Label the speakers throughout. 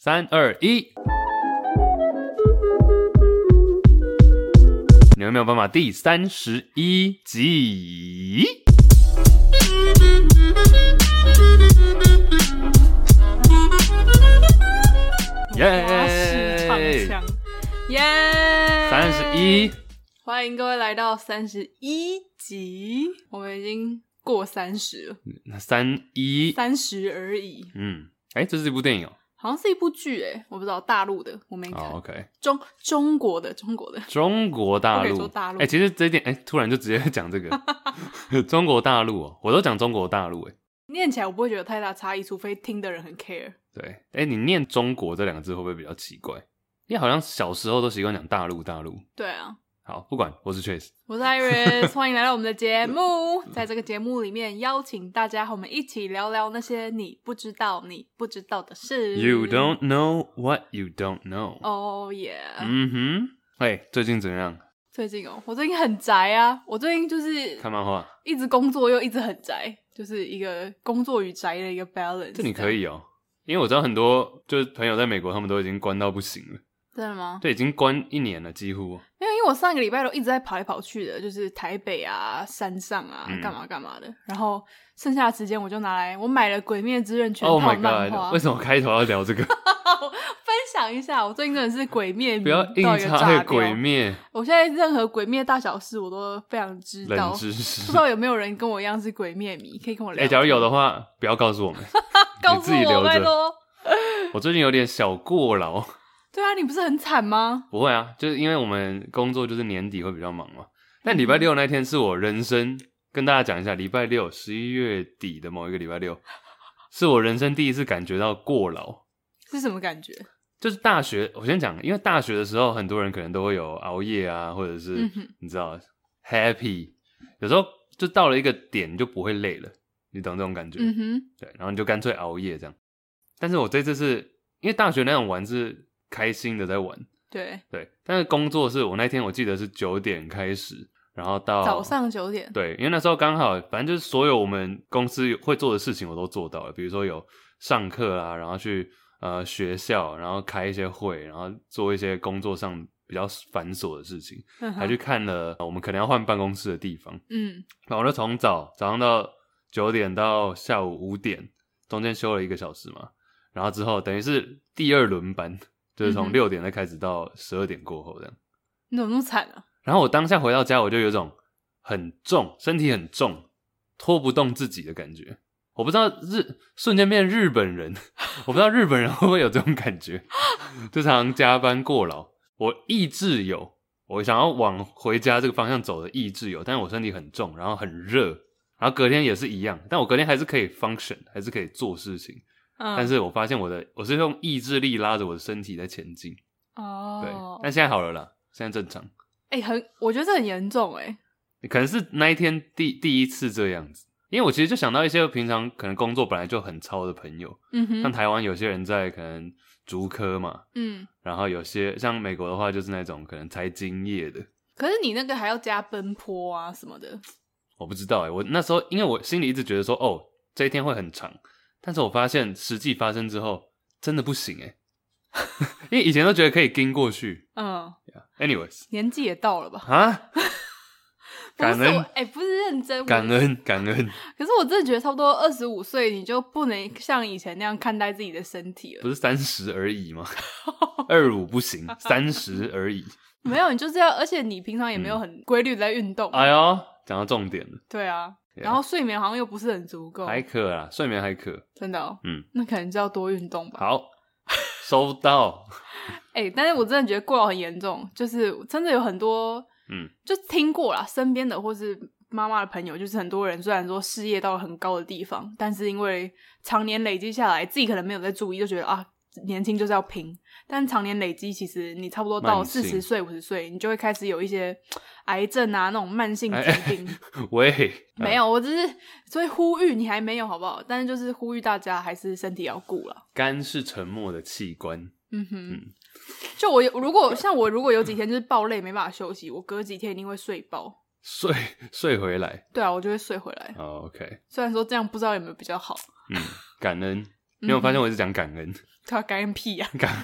Speaker 1: 三二一。你们没有办法，第三十一集。耶
Speaker 2: 花式唱腔，耶！
Speaker 1: 三十，一，
Speaker 2: 欢迎各位来到三十一集，我们已经过三十了，
Speaker 1: 三一，
Speaker 2: 三十而已，
Speaker 1: 嗯，哎、这是一部电影哦。
Speaker 2: 好像是一部剧诶、我不知道大陆的我没看，
Speaker 1: 哦，OK，
Speaker 2: 中中国的中国的，
Speaker 1: 中国大
Speaker 2: 不可以
Speaker 1: 陆
Speaker 2: 说，大陆
Speaker 1: 哎、其实这一点，哎、突然就直接讲这 个中国大陆哦，我都讲中国大陆，哎，
Speaker 2: 念起来我不会觉得太大差异，除非听的人很 care。
Speaker 1: 对，哎、你念中国这两个字会不会比较奇怪？因为好像小时候都习惯讲大陆，大陆。
Speaker 2: 对啊，
Speaker 1: 好，不管，我是 Chase，
Speaker 2: 我 是 Iris，欢迎来到我们的节目。在这个节目里面，邀请大家和我们一起聊聊那些你不知道、你不知道的事。
Speaker 1: You don't know what you don't know。
Speaker 2: Oh yeah！、
Speaker 1: 嗯哼，哎、最近怎样？
Speaker 2: 最近哦，我最近很宅啊，我最近就是
Speaker 1: 看漫画，
Speaker 2: 一直工作又一直很宅，就是一个工作与宅的一个 balance。
Speaker 1: 这你可以哦、因为我知道很多就是朋友在美国，他们都已经关到不行了，
Speaker 2: 真的吗？
Speaker 1: 对，已经关一年了，几乎。
Speaker 2: 没有，因为我上个礼拜都一直在跑来跑去的，就是台北啊、山上啊
Speaker 1: 嗯，
Speaker 2: 干嘛干嘛的。然后剩下的时间我就拿来，我买了《鬼灭之刃》全
Speaker 1: Oh
Speaker 2: 套
Speaker 1: my
Speaker 2: 漫画
Speaker 1: god！为什 么开头要聊这个？
Speaker 2: 分享一下，我最近真的是鬼灭迷
Speaker 1: 不要硬
Speaker 2: 到一个
Speaker 1: 插那
Speaker 2: 炸
Speaker 1: 个鬼
Speaker 2: 掉。
Speaker 1: 灭
Speaker 2: 我现在任何鬼灭大小事我都非常知道，
Speaker 1: 冷
Speaker 2: 不
Speaker 1: 知
Speaker 2: 知
Speaker 1: 识。
Speaker 2: 道有没有人跟我一样是鬼灭迷，可以跟我
Speaker 1: 哎、
Speaker 2: 聊。
Speaker 1: 假如有的话，不要告诉我们。
Speaker 2: 告
Speaker 1: 你
Speaker 2: 诉
Speaker 1: 自己留
Speaker 2: 我，拜
Speaker 1: 着
Speaker 2: 托。
Speaker 1: 我最近有点小过劳，
Speaker 2: 对啊，你不是很惨吗？
Speaker 1: 不会啊，就是因为我们工作就是年底会比较忙
Speaker 2: 嗯
Speaker 1: 嘛。但礼拜六那天是我人生，跟大家讲一下，礼拜六十一月底的某一个礼拜 六，是我人生第一次感觉到过劳。
Speaker 2: 是什么感觉？
Speaker 1: 就是大学，我先讲，因为大学的时候，很多人可能都会有熬夜啊，或者是
Speaker 2: 嗯哼
Speaker 1: 你知道 happy，有时候就到了一个点，你就不会累了，你懂这种感觉？
Speaker 2: 嗯哼，
Speaker 1: 对，然后你就干脆熬夜这样。但是我这次是因为大学那种玩是开心的在玩，
Speaker 2: 对，
Speaker 1: 对，但是工作是我那天我记得是九点开始，然后到
Speaker 2: 早上九点，
Speaker 1: 对，因为那时候刚好，反正就是所有我们公司会做的事情我都做到了，比如说有上课啊，然后去呃学校，然后开一些会，然后做一些工作上比较繁琐的事情，
Speaker 2: 嗯
Speaker 1: 还
Speaker 2: 哼
Speaker 1: 去看了呃我们可能要换办公室的地方，
Speaker 2: 嗯，
Speaker 1: 然后我就从早早上到九点到下午五点，中间休了一个小时嘛，然后之后等于是第二轮班，就是
Speaker 2: 嗯
Speaker 1: 从
Speaker 2: 哼
Speaker 1: 六点再开始到十二点过后这样。
Speaker 2: 你怎么那么惨啊？
Speaker 1: 然后我当下回到家，我就有一种很重，身体很重，拖不动自己的感觉。我不知道日瞬间变日本人，我不知道日本人会不会有这种感 觉，就常常加班过劳。我意志有，我想要往回家这个方向走的意志有，但是我身体很重，然后很热，然后隔天也是一样，但我隔天还是可以 function，还是可以做事情。
Speaker 2: 嗯，
Speaker 1: 但是我发现我的我是用意志力拉着我的身体在前进，对。
Speaker 2: 哦，
Speaker 1: 但现在好了啦，现在正常。
Speaker 2: 哎、很，我觉得这很严重、哎，
Speaker 1: 可能是那一天第第一次这样子，因为我其实就想到一些平常可能工作本来就很超的朋友，
Speaker 2: 嗯
Speaker 1: 像
Speaker 2: 哼，
Speaker 1: 台湾有些人在可能竹科嘛，
Speaker 2: 嗯，
Speaker 1: 然后有些像美国的话就是那种可能财经业的，
Speaker 2: 可是你那个还要加奔波啊什么的，
Speaker 1: 我不知道哎、我那时候因为我心里一直觉得说哦这一天会很长，但是我发现实际发生之后真的不行哎、 因为以前都觉得可以跟过去
Speaker 2: 嗯，
Speaker 1: ，anyways
Speaker 2: 年纪也到了吧？
Speaker 1: 啊，
Speaker 2: 不是
Speaker 1: 感恩
Speaker 2: 我哎、不是认真，我
Speaker 1: 感。恩感恩，
Speaker 2: 可是我真的觉得，差不多二十五岁，你就不能像以前那样看待自己的身体了。
Speaker 1: 不是三十而已 吗？二五不行，三十而已。
Speaker 2: 没有，你就是要，而且你平常也没有很规律地在运动，
Speaker 1: 嗯哎呦，讲到重点了，
Speaker 2: 对啊。
Speaker 1: Yeah
Speaker 2: 然后睡眠好像又不是很足够，
Speaker 1: 还可啦，啊睡眠还可。
Speaker 2: 真的、哦，
Speaker 1: 嗯，
Speaker 2: 那可能就要多运动吧。
Speaker 1: 好，收到。
Speaker 2: 哎、但是我真的觉得过劳很严重，就是真的有很多，
Speaker 1: 嗯，
Speaker 2: 就听过啦，身边的或是妈妈的朋友，就是很多人虽然说事业到了很高的地方，但是因为常年累积下来，自己可能没有在注意，就觉得啊，年轻就是要拼。但常年累积，其实你差不多到
Speaker 1: 慢性
Speaker 2: 四十岁、五十岁，你就会开始有一些癌症啊那种慢性疾病。
Speaker 1: 哎喂，
Speaker 2: 没有，我只是所以呼吁你还没有好不好？但是就是呼吁大家还是身体要顾了。
Speaker 1: 肝是沉默的器官，
Speaker 2: 嗯哼，就我有如果像我如果有几天就是爆累没办法休息，我隔几天一定会睡爆。
Speaker 1: 睡睡回来。
Speaker 2: 对啊，我就会睡回来。
Speaker 1: 哦 OK，
Speaker 2: 虽然说这样不知道有没有比较好，
Speaker 1: 嗯，感恩。你有没有发
Speaker 2: 嗯
Speaker 1: 现我一直讲感恩？
Speaker 2: 他感恩屁呀、
Speaker 1: 感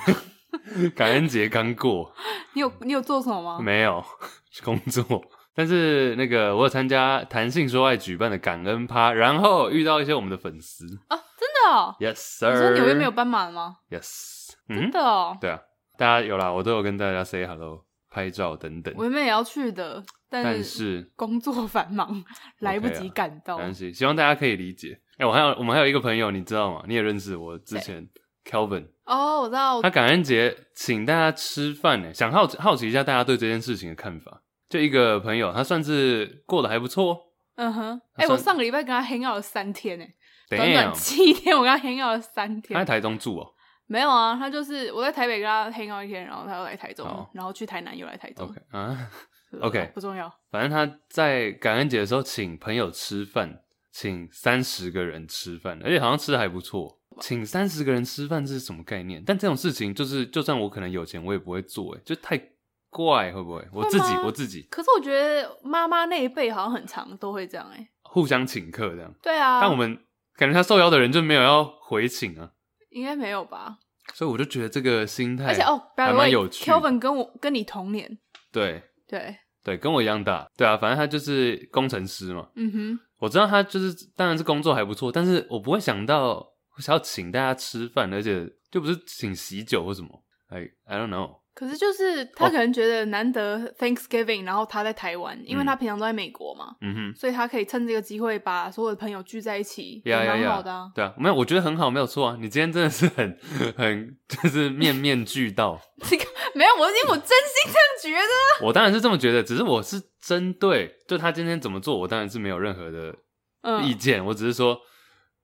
Speaker 1: 恩感恩节刚过，
Speaker 2: 你有你有做什么吗？
Speaker 1: 没有工作。但是那个，我有参加弹性说爱举办的感恩趴，然后遇到一些我们的粉丝
Speaker 2: 真的、哦？
Speaker 1: ，Yes
Speaker 2: 你
Speaker 1: sir。
Speaker 2: 说纽约没有斑马了吗？
Speaker 1: Yes，
Speaker 2: 真
Speaker 1: 嗯，
Speaker 2: 的哦，
Speaker 1: 对啊，大家有啦，我都有跟大家 say hello、拍照等等。
Speaker 2: 我原本也要去的，但
Speaker 1: 但
Speaker 2: 是
Speaker 1: 是啊
Speaker 2: 工作繁忙，来不及赶到
Speaker 1: 没。关系，希望大家可以理解。哎、我还有我们还有一个朋友，你知道吗？你也认识我之前 Kelvin，
Speaker 2: 哦，我知道，
Speaker 1: 他感恩节请大家吃饭呢，想好好奇一下大家对这件事情的看法。就一个朋友，他算是过得还不错。哦
Speaker 2: 嗯哼，
Speaker 1: 他
Speaker 2: 哎、
Speaker 1: 算
Speaker 2: 我上个礼拜跟他 hang out 了三天呢、
Speaker 1: 等
Speaker 2: 短
Speaker 1: 一下
Speaker 2: 短，七天，我跟他 hang out 了三
Speaker 1: 他在
Speaker 2: 天。
Speaker 1: 台中住哦、
Speaker 2: 没有啊，他就是我在台北跟他 hang out 一天，然后他又来台中
Speaker 1: 好，
Speaker 2: 然后去台南又来台中。
Speaker 1: OK 啊，
Speaker 2: 对
Speaker 1: OK
Speaker 2: 不重要。
Speaker 1: 反正他在感恩节的时候请朋友吃饭，请三十个人吃饭，而且好像吃的还不错。请三十个人吃饭是什么概念？但这种事情就是，就算我可能有钱，我也不会做、欸，就太怪，会不会？我自己，我自己
Speaker 2: 可是我觉得妈妈那一辈好像很长都会这样哎、
Speaker 1: 互相请客这样。
Speaker 2: 对啊，
Speaker 1: 但我们感觉他受邀的人就没有要回请啊，
Speaker 2: 应该没有吧？
Speaker 1: 所以我就觉得这个心态，
Speaker 2: 而且哦，by
Speaker 1: 哎还
Speaker 2: the
Speaker 1: 蛮
Speaker 2: way，
Speaker 1: 有趣
Speaker 2: k
Speaker 1: 的。
Speaker 2: e l v i n 跟我跟你同年，
Speaker 1: 对
Speaker 2: 对，
Speaker 1: 对，跟我一样大，对啊，反正他就是工程师嘛。
Speaker 2: 嗯哼，
Speaker 1: 我知道他就是，当然是工作还不错，但是我不会想到想要请大家吃饭，而且就不是请喜酒或什么。I I don't know。
Speaker 2: 可是就是他
Speaker 1: 哦
Speaker 2: 可能觉得难得 Thanksgiving，然后他在台湾，因为他平常都在美国嘛，
Speaker 1: 嗯哼，
Speaker 2: 所以他可以趁这个机会把所有的朋友聚在一起，也
Speaker 1: 呀呀
Speaker 2: 蛮
Speaker 1: 呀，
Speaker 2: 好的啊。
Speaker 1: 对啊，没有，我觉得很好，没有错啊。你今天真的是很很就是面面俱到，
Speaker 2: 这个没有，我因为我真心这样觉得。
Speaker 1: 我当然是这么觉得，只是我是针对就他今天怎么做，我当然是没有任何的意
Speaker 2: 嗯，
Speaker 1: 见，我只是说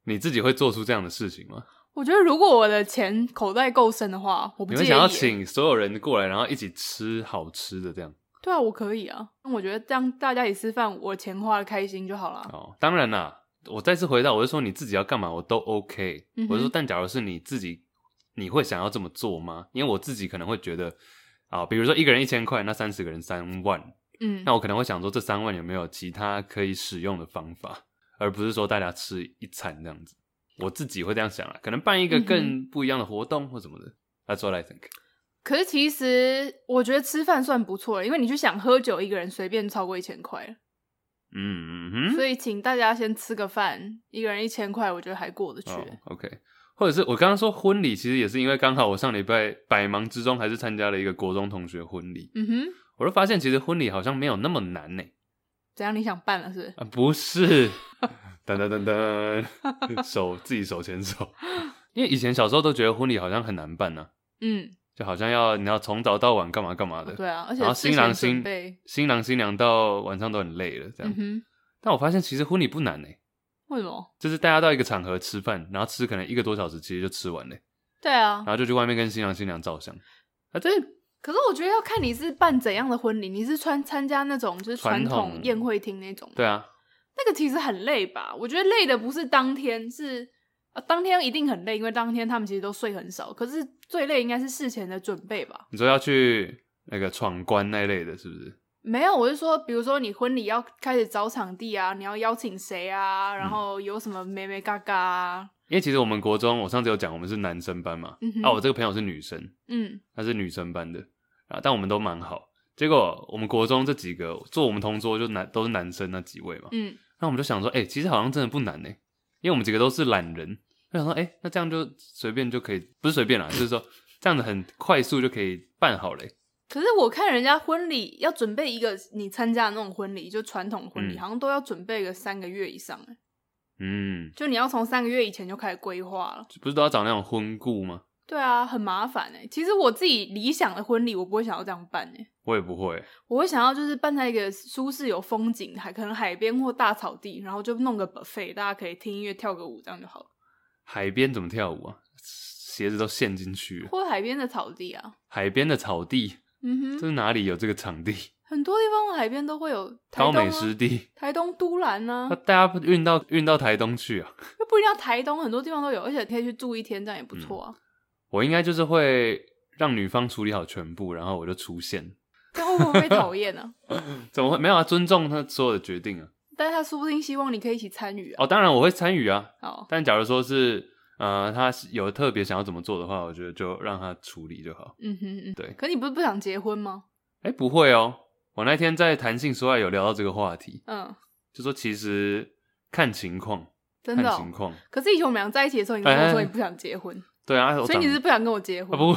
Speaker 1: 你自己会做出这样的事情吗？
Speaker 2: 我觉得如果我的钱口袋够深的话，我不
Speaker 1: 你
Speaker 2: 介
Speaker 1: 们
Speaker 2: 意。欸
Speaker 1: 想要请所有人过来，然后一起吃好吃的这样。
Speaker 2: 对啊，我可以啊。那我觉得这样大家一起吃饭，我钱花的开心就好了。
Speaker 1: 哦，当然啦，我再次回到，我是说你自己要干嘛，我都 OK。
Speaker 2: 嗯哼
Speaker 1: 我是说，但假如是你自己，你会想要这么做吗？因为我自己可能会觉得，啊、比如说一个人一千块，那三十个人三万，
Speaker 2: 嗯，
Speaker 1: 那我可能会想说，这三万有没有其他可以使用的方法，而不是说大家吃一餐这样子。我自己会这样想啊，可能办一个
Speaker 2: 嗯哼
Speaker 1: 更不一样的活动或什么的。That's what I think。
Speaker 2: 可是其实我觉得吃饭算不错了，因为你去想喝酒，一个人随便超过一千块了。
Speaker 1: 嗯嗯哼
Speaker 2: 所以请大家先吃个饭，一个人一千块，我觉得还过得去。
Speaker 1: 哦，OK。或者是我刚刚说婚礼，其实也是因为刚好我上礼拜百忙之中还是参加了一个国中同学婚礼，
Speaker 2: 嗯哼，
Speaker 1: 我就发现其实婚礼好像没有那么难呢。
Speaker 2: 怎样？你想办了是不是？
Speaker 1: 啊，不是， 噔噔噔噔，手自己手牵 手，因为以前小时候都觉得婚礼好像很难办呢、啊
Speaker 2: 嗯，
Speaker 1: 就好像要你要从早到晚干嘛干嘛的。
Speaker 2: 对啊，而且
Speaker 1: 然后
Speaker 2: 事
Speaker 1: 新郎
Speaker 2: 前准
Speaker 1: 新
Speaker 2: 备，
Speaker 1: 新郎新娘到晚上都很累了，这样。
Speaker 2: 嗯哼，
Speaker 1: 但我发现其实婚礼不难呢，
Speaker 2: 为什么？
Speaker 1: 就是大家到一个场合吃饭，然后吃可能一个多小时，其实就吃完了，
Speaker 2: 对啊
Speaker 1: 然，后就去外面跟新郎新娘照相。啊，这
Speaker 2: 可是我觉得要看你是办怎样的婚礼，你是穿参加那种就是传
Speaker 1: 传
Speaker 2: 统
Speaker 1: 统
Speaker 2: 宴会厅那种，
Speaker 1: 对啊，
Speaker 2: 那个其实很累吧？我觉得累的不是当天，是。呃当天一定很累，因为当天他们其实都睡很少。可是最累应该是事前的准备吧？
Speaker 1: 你说要去那个闯关那一类的，是不是？
Speaker 2: 没有，我是说，比如说你婚礼要开始找场地啊，你要邀请谁啊，
Speaker 1: 嗯
Speaker 2: 然后有什么妹妹嘎嘎啊，
Speaker 1: 因为其实我们国中，我上次有讲，我们是男生班嘛，
Speaker 2: 嗯哼
Speaker 1: 啊，我这个朋友是女生，
Speaker 2: 嗯
Speaker 1: 她是女生班的，啊，但我们都蛮好。结果我们国中这几个坐我们同桌就男都是男生那几位嘛，
Speaker 2: 嗯，
Speaker 1: 那我们就想说，哎、其实好像真的不难呢、因为我们几个都是懒人，就想说，哎、那这样就随便就可以，不是随便啦，就是说这样子很快速就可以办好嘞、
Speaker 2: 可是我看人家婚礼要准备一个你参加的那种婚礼，就传统婚礼，
Speaker 1: 嗯
Speaker 2: 好像都要准备个三个月以上，欸
Speaker 1: 嗯，
Speaker 2: 就你要从三个月以前就开始规划了。
Speaker 1: 不是都要找那种婚顾吗？
Speaker 2: 对啊，很麻烦哎、其实我自己理想的婚礼，我不会想要这样办哎、
Speaker 1: 我也不会，
Speaker 2: 我会想要就是办在一个舒适有风景，还可能海边或大草地，然后就弄个 buffet，大家可以听音乐、跳个舞，这样就好了。
Speaker 1: 海边怎么跳舞啊？鞋子都陷进去了。
Speaker 2: 或海边的草地啊，
Speaker 1: 海边的草地，
Speaker 2: 嗯
Speaker 1: 这
Speaker 2: 哼，
Speaker 1: 是哪里有这个场地？
Speaker 2: 很多地方的海边都会有台
Speaker 1: 高
Speaker 2: 东、啊、
Speaker 1: 美啊湿地，
Speaker 2: 台东都兰呢、
Speaker 1: 那大家运到运到台东去啊？
Speaker 2: 又不一定要台东，很多地方都有，而且可以去住一天，这样也不错
Speaker 1: 嗯
Speaker 2: 啊。
Speaker 1: 我应该就是会让女方处理好全部，然后我就出现。
Speaker 2: 这样会不会被讨厌呢？
Speaker 1: 怎么会没有啊？尊重她所有的决定啊！
Speaker 2: 但是他说不定希望你可以一起参与啊。
Speaker 1: 哦，当然我会参与啊，
Speaker 2: 好，
Speaker 1: 但假如说是呃，他是有特别想要怎么做的话，我觉得就让他处理就好。
Speaker 2: 嗯哼嗯，
Speaker 1: 对
Speaker 2: 可你不是不想结婚吗？
Speaker 1: 哎、不会哦，我那天在谈性说爱有聊到这个话题，
Speaker 2: 嗯，
Speaker 1: 就说其实看情况，
Speaker 2: 真的
Speaker 1: 看
Speaker 2: 哦、
Speaker 1: 情况。
Speaker 2: 可是以前我们俩在一起的时候，你跟
Speaker 1: 哎
Speaker 2: 我
Speaker 1: 哎
Speaker 2: 说
Speaker 1: 哎
Speaker 2: 你不想结婚，
Speaker 1: 对啊，我
Speaker 2: 所以
Speaker 1: 长
Speaker 2: 你是不想跟我结
Speaker 1: 啊
Speaker 2: 婚？
Speaker 1: 不。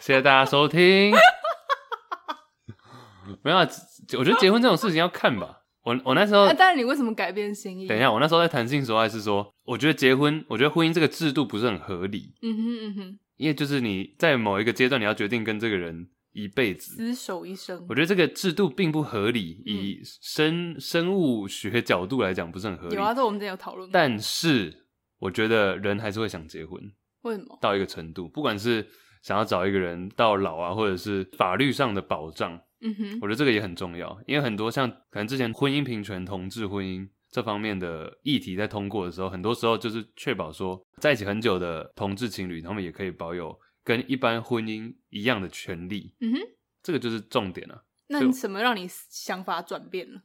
Speaker 1: 谢谢大家收听。没有啊，只我觉得结婚这种事情要看吧。我我那时候
Speaker 2: 啊，但是你为什么改变心意？
Speaker 1: 等一，下，我那时候在谈性说爱是说，我觉得结婚，我觉得婚姻这个制度不是很合理。
Speaker 2: 嗯哼嗯哼，
Speaker 1: 因为就是你在某一个阶段，你要决定跟这个人一辈子。
Speaker 2: 厮守一生
Speaker 1: 我。觉得这个制度并不合理，以生生物学角度来讲不是很合理
Speaker 2: 嗯有。啊，这我们之前有讨论过。
Speaker 1: 但是我觉得人还是会想结婚
Speaker 2: 为什么？
Speaker 1: 到一个程度，不管是想要找一个人到老啊，或者是法律上的保障，
Speaker 2: 嗯哼，
Speaker 1: 我觉得这个也很重要。因为很多像可能之前婚姻平权、同志婚姻这方面的议题在通过的时候，很多时候就是确保说在一起很久的同志情侣，他们也可以保有跟一般婚姻一样的权利。
Speaker 2: 嗯哼，
Speaker 1: 这个就是重点啊。
Speaker 2: 那
Speaker 1: 就
Speaker 2: 你什么让你想法转变了？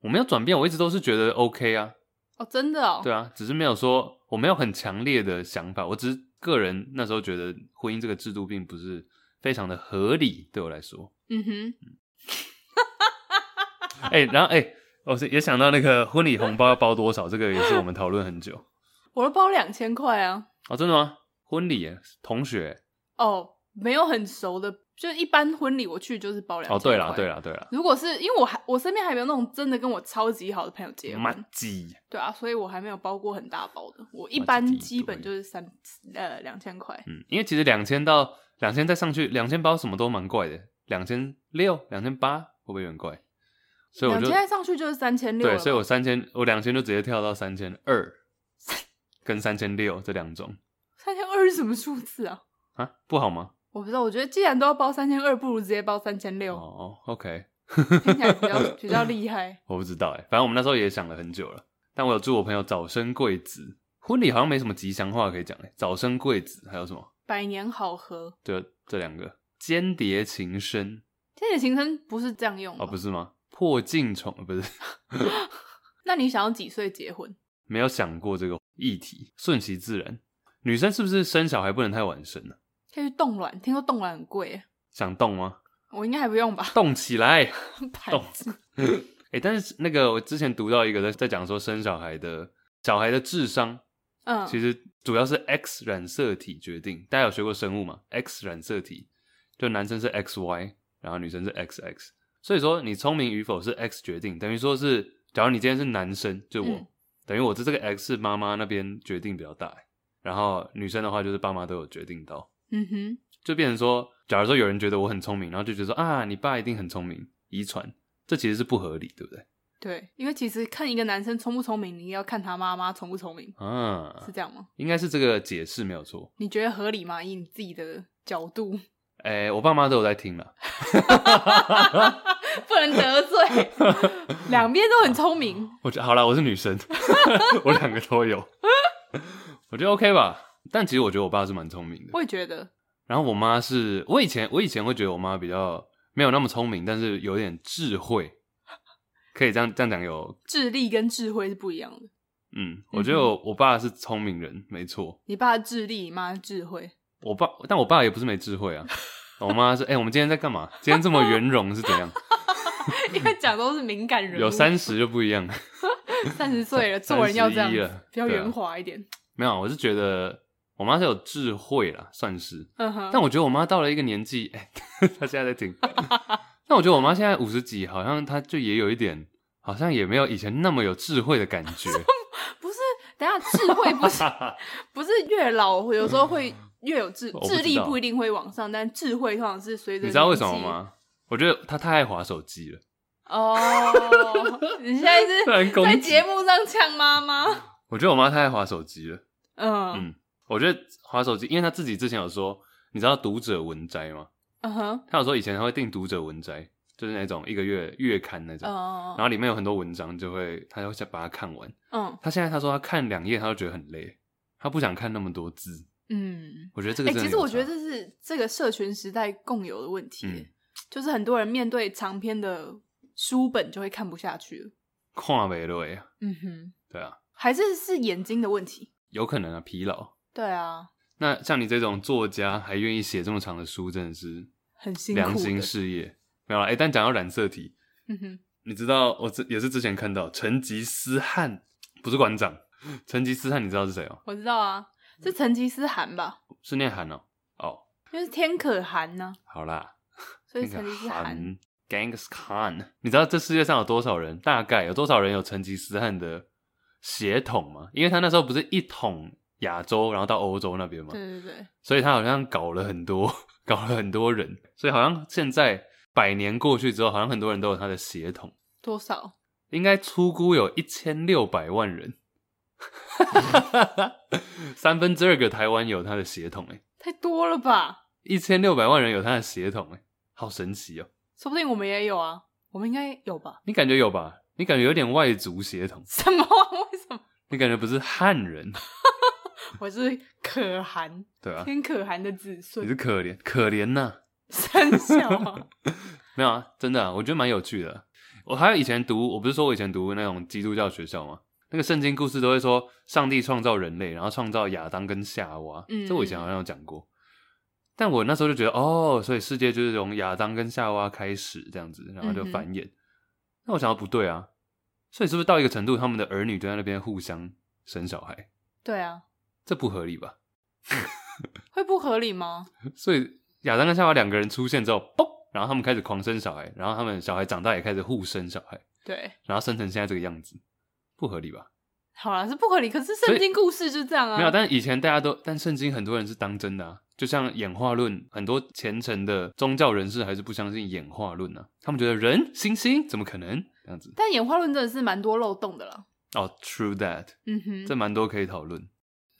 Speaker 1: 我没有转变，我一直都是觉得 OK 啊，
Speaker 2: 哦，真的哦。
Speaker 1: 对啊，只是没有说我没有很强烈的想法，我只是个人那时候觉得婚姻这个制度并不是非常的合理，对我来说。
Speaker 2: 嗯哼，
Speaker 1: 哎、然后哎、我是也想到那个婚礼红包要包多少，这个也是我们讨论很久。
Speaker 2: 我都包两千块啊。
Speaker 1: 哦，真的吗？婚礼耶，同学
Speaker 2: 哦，没有很熟的，就一般婚礼我去就是包
Speaker 1: 耶。
Speaker 2: 两
Speaker 1: 哦，
Speaker 2: 千。
Speaker 1: 对啦，对。啦，对啦。
Speaker 2: 如果是因为我还我身边还没有那种真的跟我超级好的朋友结
Speaker 1: 马
Speaker 2: 婚，
Speaker 1: 吉，
Speaker 2: 对啊，所以我还没有包过很大包的。我一
Speaker 1: 哇
Speaker 2: 般
Speaker 1: 这几
Speaker 2: 基本
Speaker 1: 对
Speaker 2: 就是三呃两千块，
Speaker 1: 嗯，因为其实两千到两千再上去，两千包什么都蛮怪的，两千六、两千八会不会有点怪？所以我
Speaker 2: 两
Speaker 1: 就
Speaker 2: 千再上去就是三 千六
Speaker 1: 对，所以
Speaker 2: 了吧。
Speaker 1: 我三千，我两千就直接跳到三千二跟三千六这两种
Speaker 2: 三千二是什么数字啊？
Speaker 1: 啊，不好吗？
Speaker 2: 我不知道，我觉得既然都要包三千二，不如直接包三千
Speaker 1: 哦
Speaker 2: 六，
Speaker 1: 哦，OK，
Speaker 2: 听起来比 较比较厉害。
Speaker 1: 我不知道哎，反正我们那时候也想了很久了。但我有祝我朋友早生贵子，婚礼好像没什么吉祥话可以讲哎，早生贵子还有什么？
Speaker 2: 百年好合，
Speaker 1: 就这两个间谍情深
Speaker 2: 这些情深不是这样用
Speaker 1: 哦，不
Speaker 2: 是。
Speaker 1: 是吗？破镜重不是
Speaker 2: 那你想要几岁结婚？
Speaker 1: 没有想过这个议题，顺其自然。女生是不是生小孩不能太晚生呢、
Speaker 2: 可以去冻卵，听说冻卵很贵耶，
Speaker 1: 想动吗？
Speaker 2: 我应该还不用吧？
Speaker 1: 动起来！
Speaker 2: 白
Speaker 1: 冻
Speaker 2: 痴
Speaker 1: 哎、但是那个我之前读到一个在在讲说生小孩的小孩的智商
Speaker 2: 嗯，
Speaker 1: 其实主要是 X 染色体决定。大家有学过生物吗？X 染色体，就男生是 XY，然后女生是 XX。所以说，你聪明与否是 X 决定，等于说是，假如你今天是男生，就我，
Speaker 2: 嗯
Speaker 1: 等于我这这个 X 是妈妈那边决定比较大，欸然后女生的话就是爸妈都有决定到，
Speaker 2: 嗯哼，
Speaker 1: 就变成说，假如说有人觉得我很聪明，然后就觉得说啊，你爸一定很聪明，遗传，这其实是不合理，对不对？
Speaker 2: 对，因为其实看一个男生聪不聪明，你要看他妈妈聪不聪明，
Speaker 1: 啊
Speaker 2: 是，这样吗？
Speaker 1: 应该是这个解释没有错。
Speaker 2: 你觉得合理吗？以你自己的角度，
Speaker 1: 哎、我爸妈都有在听了。
Speaker 2: 不能得罪， 两边都很聪明，
Speaker 1: 我觉得好啦，我是女生， 我两个都有，我觉得 OK 吧。但其实我觉得我爸是蛮聪明的，
Speaker 2: 我也觉得，
Speaker 1: 然后我妈是我以前我以前会觉得我妈比较没有那么聪明，但是有点智慧，可以这样这样讲有
Speaker 2: 智力跟智慧是不一样的。
Speaker 1: 嗯，我觉得我,、我爸是聪明人，没错。
Speaker 2: 你爸的智力，你妈的智 慧，
Speaker 1: 我爸，但我爸也不是没智慧啊。我妈是哎、我们今天在干嘛？今天这么圆融是怎样？
Speaker 2: 因为讲都是敏感人物，
Speaker 1: 有三十就不一样。
Speaker 2: 三十岁了，做人要这样
Speaker 1: 31
Speaker 2: 子
Speaker 1: 了，
Speaker 2: 比较
Speaker 1: 对啊
Speaker 2: 圆滑一点。
Speaker 1: 没有，我是觉得我妈是有智慧啦，算是。
Speaker 2: 嗯哼，
Speaker 1: 但我觉得我妈到了一个年纪，哎、 她现在在听。 但我觉得我妈现在五十几，好 像她就也有一点，好像也没有以前那么有智慧的感觉。
Speaker 2: 不是，等等一下智慧不 是不是越老有时候会越有智
Speaker 1: 我不知道
Speaker 2: 智力不一定会往上，但智慧通常是随着
Speaker 1: 你知道为
Speaker 2: 年
Speaker 1: 什么
Speaker 2: 纪？
Speaker 1: 吗？我觉得他太爱划手机了，
Speaker 2: 哦，你现在
Speaker 1: 突
Speaker 2: 是
Speaker 1: 然攻
Speaker 2: 在
Speaker 1: 击
Speaker 2: 节目上呛妈妈？
Speaker 1: 我觉得我妈太爱划手机了。
Speaker 2: 嗯
Speaker 1: 嗯我觉得划手机，因为她自己之前有说，你知道读者文摘吗？
Speaker 2: 嗯哼
Speaker 1: 她有说以前她会订读者文摘，就是那种一个月月刊那种，然
Speaker 2: 嗯
Speaker 1: 后里面有很多文章，就会她就会想把它看完。
Speaker 2: 嗯
Speaker 1: 她现在她说她看两页她就觉得很累，她不想看那么多字。
Speaker 2: 嗯。
Speaker 1: 我觉得这个
Speaker 2: 哎、
Speaker 1: 真的
Speaker 2: 其
Speaker 1: 有差、
Speaker 2: 实我觉得这是这个社群时代共有的问题、
Speaker 1: 嗯
Speaker 2: 就是很多人面对长篇的书本就会看不下去了。
Speaker 1: 跨没了呀，
Speaker 2: 嗯哼，
Speaker 1: 对啊，
Speaker 2: 还是是眼睛的问题。
Speaker 1: 有可能啊，疲劳。
Speaker 2: 对啊，
Speaker 1: 那像你这种作家还愿意写这么长的书，真的是
Speaker 2: 很辛苦的。
Speaker 1: 良心事业。没有啦，哎、但讲到染色体，
Speaker 2: 嗯哼，
Speaker 1: 你知道我之也是之前看到成吉思汗不是馆长，成吉思汗你知道是谁哦、
Speaker 2: 我知道啊，是成吉思汗吧？
Speaker 1: 是念韩哦、哦，
Speaker 2: 因为是天可汗呢、
Speaker 1: 好啦，
Speaker 2: 所以
Speaker 1: 那
Speaker 2: 成
Speaker 1: 个
Speaker 2: 吉思汗。
Speaker 1: 韩 Genghis Khan，你知道这世界上有多少人？大概有多少人有成吉思汗的血统吗？因为他那时候不是一统亚洲，然后到欧洲那边吗？
Speaker 2: 对对对，
Speaker 1: 所以他好像搞了很多，搞了很多人，所以好像现在百年过去之后，好像很多人都有他的血统，
Speaker 2: 多少？
Speaker 1: 应该粗估有一千六百万人，三分之二个台湾有他的血统、欸，哎，
Speaker 2: 太多了吧？
Speaker 1: 一千六百万人有他的血统、欸，哎，好神奇哦、
Speaker 2: 说不定我们也有啊，我们应该有吧？
Speaker 1: 你感觉有吧？你感觉有点外族血统，
Speaker 2: 什么 啊？为什么？
Speaker 1: 你感觉不是汉人，
Speaker 2: 我是可汗，
Speaker 1: 对吧、
Speaker 2: 天可汗的子
Speaker 1: 你
Speaker 2: 孙
Speaker 1: 是，可怜可怜呐、
Speaker 2: 生肖啊。
Speaker 1: 没有啊，真的、啊，我觉得蛮有趣的。我还有以前读，我不是说我以前读那种基督教学校吗？那个圣经故事都会说上帝创造人类，然后创造亚当跟夏娃。
Speaker 2: 嗯
Speaker 1: 这我以前好像有讲过。但我那时候就觉得，哦，所以世界就是从亚当跟夏娃开始这样子，然后就繁衍。那我想到不对啊，所以是不是到一个程度，他们的儿女就在那边互相生小孩，
Speaker 2: 对啊，
Speaker 1: 这不合理吧？
Speaker 2: 会不合理吗？
Speaker 1: 所以亚当跟夏娃两个人出现之后，嘣，然后他们开始狂生小孩，然后他们小孩长大也开始互生小孩。
Speaker 2: 对，
Speaker 1: 然后生成现在这个样子，不合理吧？
Speaker 2: 好啦，是不合理。可是圣经故事就这样啊，
Speaker 1: 没有，但以前大家都，但圣经很多人是当真的啊，就像演化论，很多虔诚的宗教人士还是不相信演化论啊，他们觉得人、星星怎么可能这样子？
Speaker 2: 但演化论真的是蛮多漏洞的啦。
Speaker 1: 哦、t r u e that，
Speaker 2: 嗯哼，
Speaker 1: 这蛮多可以讨论。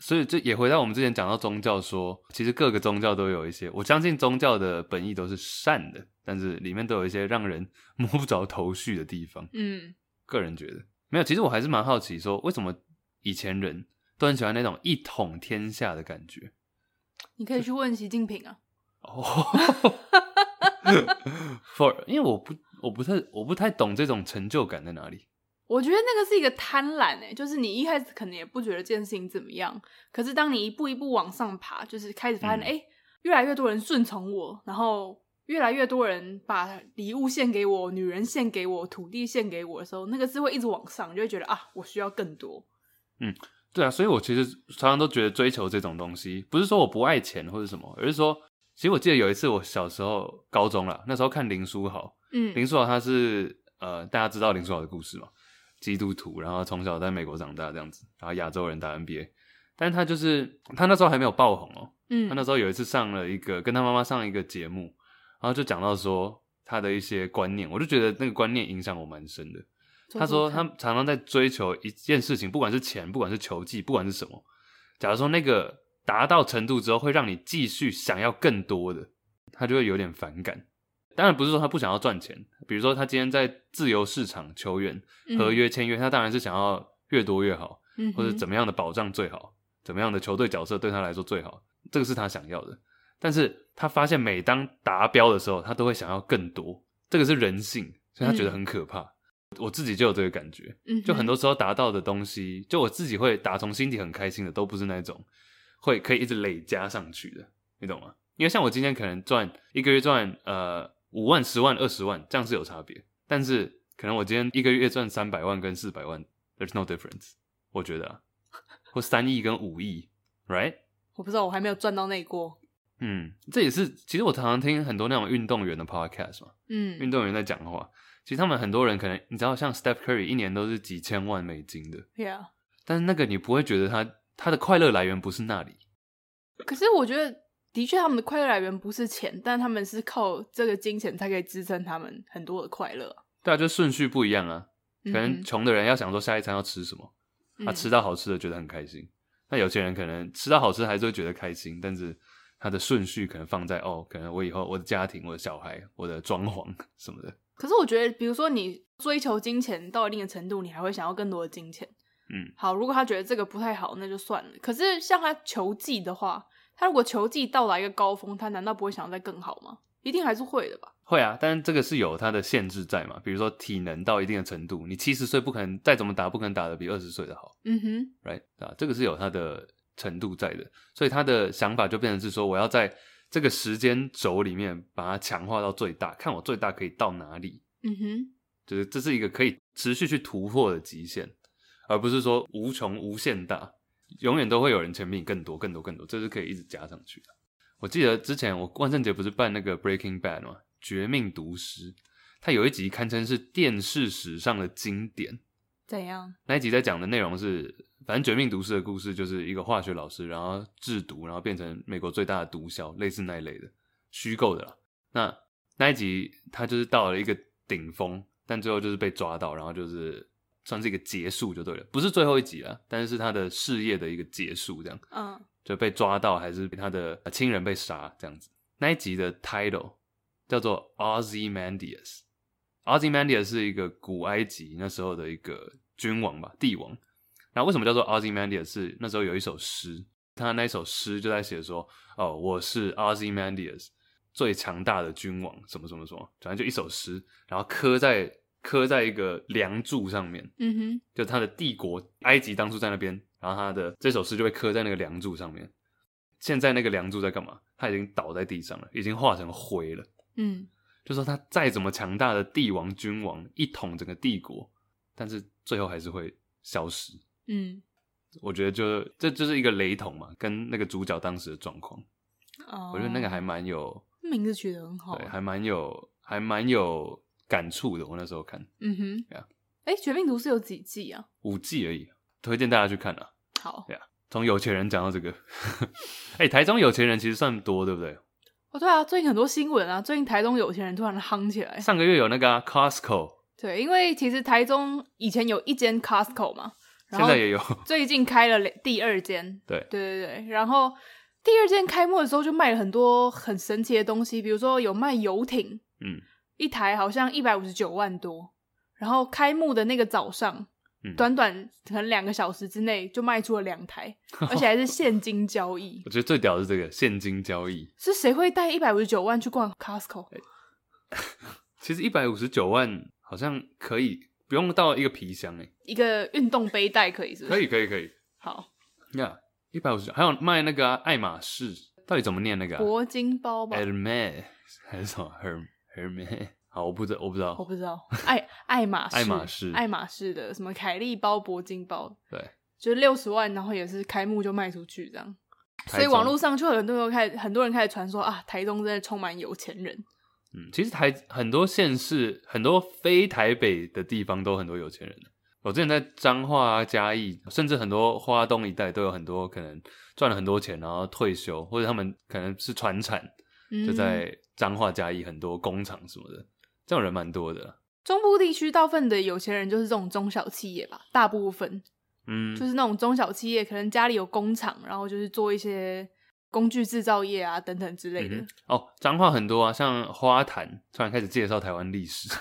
Speaker 1: 所以这也回到我们之前讲到宗教说，其实各个宗教都有一些，我相信宗教的本意都是善的，但是里面都有一些让人 摸不着头绪的地方。
Speaker 2: 嗯，
Speaker 1: 个人觉得没有，其实我还是蛮好奇，说为什么以前人都很喜欢那种一统天下的感觉
Speaker 2: 你可以去问习近平啊。
Speaker 1: 哦。for 因为我不我不太我不太懂这种成就感在哪里。
Speaker 2: 我觉得那个是一个贪婪诶、就是你一开始可能也不觉得这件事情怎么样，可是当你一步一步往上爬，就是开始发现，
Speaker 1: 嗯
Speaker 2: 哎、越来越多人顺从我，然后越来越多人把礼物献给我，女人献给我，土地献给我的时候，那个是会一直往上，你就会觉得啊，我需要更多。
Speaker 1: 对啊，所以我其实常常都觉得追求这种东西，不是说我不爱钱或者什么，而是说，其实我记得有一次我小时候高中啦，那时候看林书豪，
Speaker 2: 嗯
Speaker 1: 林书豪他是呃，大家知道林书豪的故事嘛？基督徒，然后从小在美国长大这样子，然后亚洲人打 NBA，但是他就是他那时候还没有爆红哦，
Speaker 2: 嗯
Speaker 1: 他那时候有一次上了一个跟他妈妈上一个节目，然后就讲到说他的一些观念，我就觉得那个观念影响我蛮深的。他说他常常在追求一件事情，不管是钱，不管是球技，不管是什么，假如说那个达到程度之后，会让你继续想要更多的，他就会有点反感。当然不是说他不想要赚钱，比如说他今天在自由市场球员
Speaker 2: 嗯
Speaker 1: 合、约签约，他当然是想要越多越好，
Speaker 2: 嗯嗯哼
Speaker 1: 或者怎么样的保障最好，怎么样的球队角色对他来说最好，这个是他想要的。但是他发现每当达标的时候，他都会想要更多，这个是人性，所以他觉得
Speaker 2: 嗯
Speaker 1: 很可怕。我自己就有这个感觉，
Speaker 2: 嗯哼
Speaker 1: 就很多时候达到的东西，就我自己会打从心底很开心的，都不是那种会可以一直累加上去的，你懂吗？因为像我今天可能赚一个月赚呃五万、十万、二十万，这样是有差别，但是可能我今天一个月赚三百万跟四百万，there's no difference，我觉得、啊，或三亿跟五亿，right？
Speaker 2: 我不知道，我还没有赚到那一锅。
Speaker 1: 嗯，这也是其实我常常听很多那种运动员的 podcast 嘛，运
Speaker 2: 嗯，
Speaker 1: 动员在讲话，其实他们很多人可能你知道，像 Steph Curry 一年都是几千万美金的，
Speaker 2: 对啊，
Speaker 1: 但是那个你不会觉得他他的快乐来源不是那里，
Speaker 2: 可是我觉得，的确他们的快乐来源不是钱，但他们是靠这个金钱才可以支撑他们很多的快乐。
Speaker 1: 对啊，就顺序不一样啊。可能
Speaker 2: 嗯
Speaker 1: 穷的人要想说下一餐要吃什么，他、
Speaker 2: 嗯
Speaker 1: 吃到好吃的觉得很开心。那有些人可能吃到好吃还是会觉得开心，但是他的顺序可能放在哦，可能我以后我的家庭、我的小孩、我的装潢 什么的。
Speaker 2: 可是我觉得，比如说你追求金钱到一定的程度，你还会想要更多的金钱。
Speaker 1: 嗯，
Speaker 2: 好，如果他觉得这个不太好，那就算了。可是像他球技的话，他如果球技到达一个高峰，他难道不会想要再更好吗？一定还是会的吧。
Speaker 1: 会啊，但是这个是有它的限制在嘛，比如说体能到一定的程度，你七十岁不可能再怎么打，不可能打得比二十岁的好。
Speaker 2: 嗯哼，
Speaker 1: right 啊，这个是有它的程度在的，所以他的想法就变成是说，我要在这个时间轴里面把它强化到最大，看我最大可以到哪里，
Speaker 2: 嗯哼，
Speaker 1: 就是这是一个可以持续去突破的极限，而不是说无穷无限大，永远都会有人前比你更多、更多、更多，这是可以一直加上去的。我记得之前我万圣节不是办那个 Breaking Bad 吗？绝命毒师，它有一集堪称是电视史上的经典。
Speaker 2: 怎样？
Speaker 1: 那一集在讲的内容是，反正《绝命毒师》的故事就是一个化学老师，然后制毒，然后变成美国最大的毒枭，类似那一类的虚构的啦。那那一集他就是到了一个顶峰，但最后就是被抓到，然后就是算是一个结束就对了，不是最后一集啦，但是是他的事业的一个结束，这样
Speaker 2: 嗯，
Speaker 1: 就被抓到，还是他的呃亲人被杀这样子。那一集的 title 叫做 Ozymandias。Ozymandias 是一个古埃及那时候的一个君王吧，帝王。那为什么叫做 Ozymandias？是那时候有一首诗，他那首诗就在写说：“哦，我是 Ozymandias，最强大的君王，什么什么什么。”反正就一首诗，然后刻在刻在一个梁柱上面。
Speaker 2: 嗯哼，
Speaker 1: 就他的帝国埃及当初在那边，然后他的这首诗就被刻在那个梁柱上面。现在那个梁柱在干嘛？他已经倒在地上了，已经化成灰了。
Speaker 2: 嗯，
Speaker 1: 就说他再怎么强大的帝王君王，一统整个帝国，但是最后还是会消失。
Speaker 2: 嗯，
Speaker 1: 我觉得就这就是一个雷同嘛，跟那个主角当时的状况，
Speaker 2: 哦，
Speaker 1: 我觉得那个还蛮有，
Speaker 2: 名字取得很好啊
Speaker 1: 对，。还蛮有，还蛮有感触的。我那时候看
Speaker 2: 嗯哼
Speaker 1: Yeah，
Speaker 2: 哎，《绝命毒师》有几季啊？
Speaker 1: 五季而已，推荐大家去看啊。
Speaker 2: 好，
Speaker 1: 从有钱人讲到这个， 哎、台中有钱人其实算多，对不对？
Speaker 2: 哦，对啊，最近很多新闻啊，最近台中有钱人突然夯起来。
Speaker 1: 上个月有那个、啊、Costco，
Speaker 2: 对，因为其实台中以前有一间 Costco 嘛，
Speaker 1: 现
Speaker 2: 然后
Speaker 1: 在 也有，
Speaker 2: 最近开了两第二间。
Speaker 1: 对
Speaker 2: 对对对，然后第二间开幕的时候就卖了很多很神奇的东西，比如说有卖游艇，
Speaker 1: 嗯，
Speaker 2: 一台好像一百五十九万多。然后开幕的那个早上，
Speaker 1: 嗯
Speaker 2: 短短可能两个小时之内就卖出了 两台，而且还是现金交易。
Speaker 1: 我觉得最屌的是这个现金交易，
Speaker 2: 是谁会带一百五十九万去逛 Costco？
Speaker 1: 哎其实一百五十九万好像可以不用到一个皮箱、欸，
Speaker 2: 一个运动背带可以是不是？
Speaker 1: 可以，可以，可以，
Speaker 2: 好，
Speaker 1: 呀，一百五十，还有卖那个啊、爱马仕，到底怎么念那个、啊、哎
Speaker 2: 铂金包吧，
Speaker 1: ？Hermes 还是什么 Her Hermes？好，我不知我不知
Speaker 2: 我
Speaker 1: 道，
Speaker 2: 不知道。爱爱马仕，
Speaker 1: 爱马仕
Speaker 2: 爱马仕的什么凯利包、铂金包，
Speaker 1: 对，
Speaker 2: 就是六十万，然后也是开幕就卖出去这样。
Speaker 1: 台
Speaker 2: 所以
Speaker 1: 中
Speaker 2: 网络上就有很多人开，很多人开始传说啊，台中真的充满有钱人。
Speaker 1: 嗯，其实台很多县市，很多非台北的地方都很多有钱人。我之前在彰化啊、嘉义，甚至很多花东一带都有很多可能赚了很多钱，然后退休，或者他们可能是传产，
Speaker 2: 嗯
Speaker 1: 就在彰化、嘉义很多工厂什么的，这种人蛮多的。
Speaker 2: 中部地区，大部分的有钱人就是这种中小企业吧，大部分
Speaker 1: 嗯，
Speaker 2: 就是那种中小企业，可能家里有工厂，然后就是做一些工具制造业啊等等之类的。
Speaker 1: 嗯哼哦，彰化很多啊，像花坛，突然开始介绍台湾历史。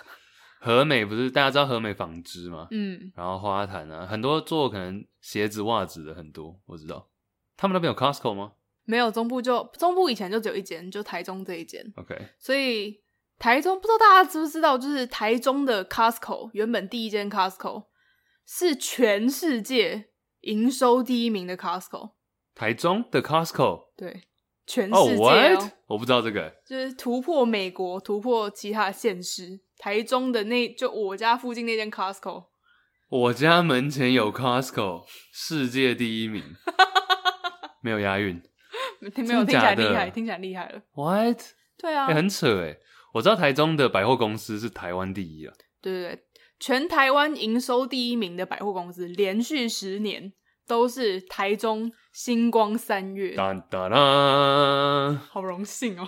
Speaker 1: 和美不是大家知道和美纺织吗？
Speaker 2: 嗯，
Speaker 1: 然后花坛啊，很多做可能鞋子、袜子的很多，我知道。他们那边有 Costco 吗
Speaker 2: 没有中部就中部以前就只有一间，就台中这一间，
Speaker 1: ？OK，
Speaker 2: 所以台中不知道大家知不知道，就是台中的 Costco 原本第一间 Costco 是全世界营收第一名的 Costco，
Speaker 1: 台中的 Costco，
Speaker 2: 对，全
Speaker 1: 哦、
Speaker 2: 世界
Speaker 1: w
Speaker 2: 哦
Speaker 1: h a t 我不知道这个，
Speaker 2: 就是突破美国，突破其他县市。台中的那就我家附近那间 Costco，
Speaker 1: 我家门前有 Costco，世界第一 名，没有押韵
Speaker 2: 听没有
Speaker 1: 真的
Speaker 2: 听起来
Speaker 1: 假的
Speaker 2: 厉害，听起来厉害了。
Speaker 1: ，What？
Speaker 2: 对啊，
Speaker 1: 哎、很扯哎，我知道台中的百货公司是台湾第一啊，
Speaker 2: 对对对，全台湾营收第一名的百货公司，连续十年都是台中星光三月，
Speaker 1: 哒哒啦！
Speaker 2: 好荣幸哦。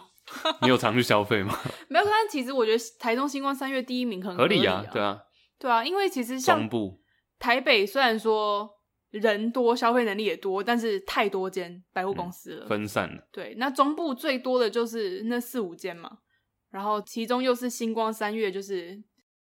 Speaker 1: 你有常去消费吗？
Speaker 2: 没有，但其实我觉得台中星光三月第一名很
Speaker 1: 合理
Speaker 2: 理
Speaker 1: 啊，对
Speaker 2: 啊，
Speaker 1: 啊，
Speaker 2: 对啊，因为其实像
Speaker 1: 中部
Speaker 2: 台北虽然说人多，消费能力也多，但是太多间百货公司了。
Speaker 1: 分散了，
Speaker 2: 对，那中部最多的就是那四五间嘛，然后其中又是星光三月，就是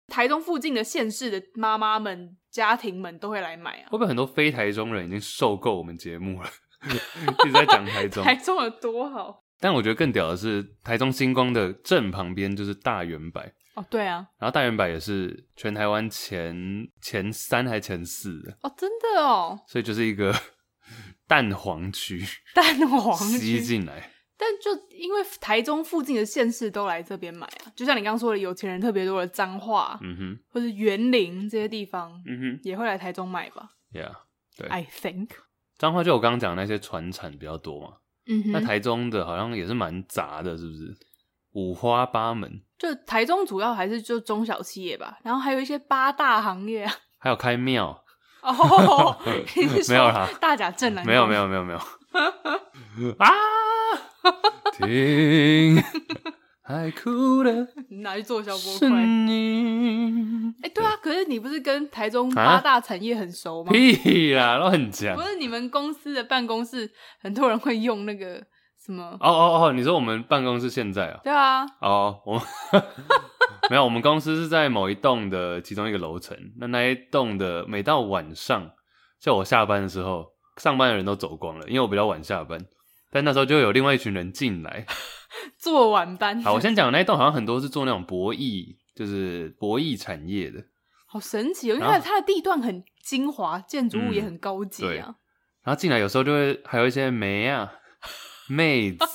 Speaker 2: 台中附近的县市的妈妈们、家庭们都会来买啊
Speaker 1: 会。不会很多非台中人已经受够我们节目了， 一直在讲台 中？
Speaker 2: 台中有多哦好
Speaker 1: 但我觉得更屌的是，台中星光的正旁边就是大圆柏，
Speaker 2: 哦？对啊，
Speaker 1: 然后大圆柏也是全台湾前前三还前四的，
Speaker 2: 哦，真的哦，
Speaker 1: 所以就是一个 蛋黄区
Speaker 2: 蛋黄
Speaker 1: 吸
Speaker 2: 区。
Speaker 1: 进来。
Speaker 2: 但就因为台中附近的县市都来这边买啊，就像你刚刚说的，有钱人特别多的彰化、
Speaker 1: 嗯哼，
Speaker 2: 或是园林这些地方，
Speaker 1: 嗯
Speaker 2: 也会来台中买吧
Speaker 1: 哼，Yeah。对
Speaker 2: ？I think，
Speaker 1: 彰化就我刚刚讲的那些船产比较多嘛，
Speaker 2: 嗯
Speaker 1: 那
Speaker 2: 哼，
Speaker 1: 台中的好像也是蛮杂的，是不是？五花八门，
Speaker 2: 就台中主要还是就中小企业吧，然后还有一些八大行业啊。
Speaker 1: 还有开庙，
Speaker 2: 哦，你是说
Speaker 1: 没有啦
Speaker 2: 大甲镇南宫
Speaker 1: 没有没，有没有没有啊！听， 海哭的
Speaker 2: 你拿去做消波
Speaker 1: 是
Speaker 2: 块。
Speaker 1: 你
Speaker 2: 哎、对啊，可是你不是跟台中
Speaker 1: 啊
Speaker 2: 八大产业很熟吗？
Speaker 1: 屁啦，乱讲
Speaker 2: 不！是你们公司的办公室很多人会用那个什么？
Speaker 1: 哦哦哦，你说我们办公室现在啊？
Speaker 2: 对啊，
Speaker 1: 哦，我们没有，我们公司是在某一栋的其中一个楼层。那那一栋的每到晚上，像我下班的时候，上班的人都走光了，因为我比较晚下班。但那时候就有另外一群人进来。
Speaker 2: 做晚班。
Speaker 1: 好，我先讲那一栋好像很多是做那种博弈，就是博弈产业的。
Speaker 2: 好神奇哦，因为
Speaker 1: 然后
Speaker 2: 它的它的地段很精华，建筑物也很高级啊。
Speaker 1: 然后进来有时候就会还有一些妹啊、妹子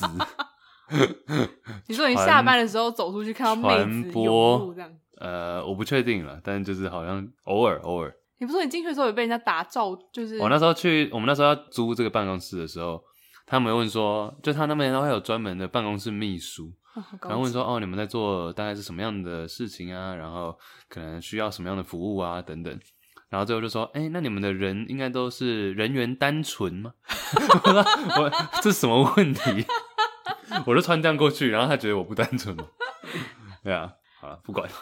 Speaker 2: 你说你
Speaker 1: 传
Speaker 2: 下班的时候走出去看到妹子
Speaker 1: 嗯传播
Speaker 2: 涌入这样，
Speaker 1: 呃，我不确定了，但就是好像偶尔偶尔。
Speaker 2: 你不是说你进去的时候有被人家打照，就是
Speaker 1: 哦我那时候去，我们那时候要租这个办公室的时候，他们问说，就他那边会有专门的办公室秘书，
Speaker 2: 哦好高
Speaker 1: 然后问
Speaker 2: 级
Speaker 1: 说，哦，你们在做大概是什么样的事情啊？然后可能需要什么样的服务啊，等等。然后最后就说，哎、那你们的人应该都是人员单纯吗？ 我说我这什么问题？ 我就穿这样过去，然后他觉得我不单纯吗？ 对啊，好了，不管。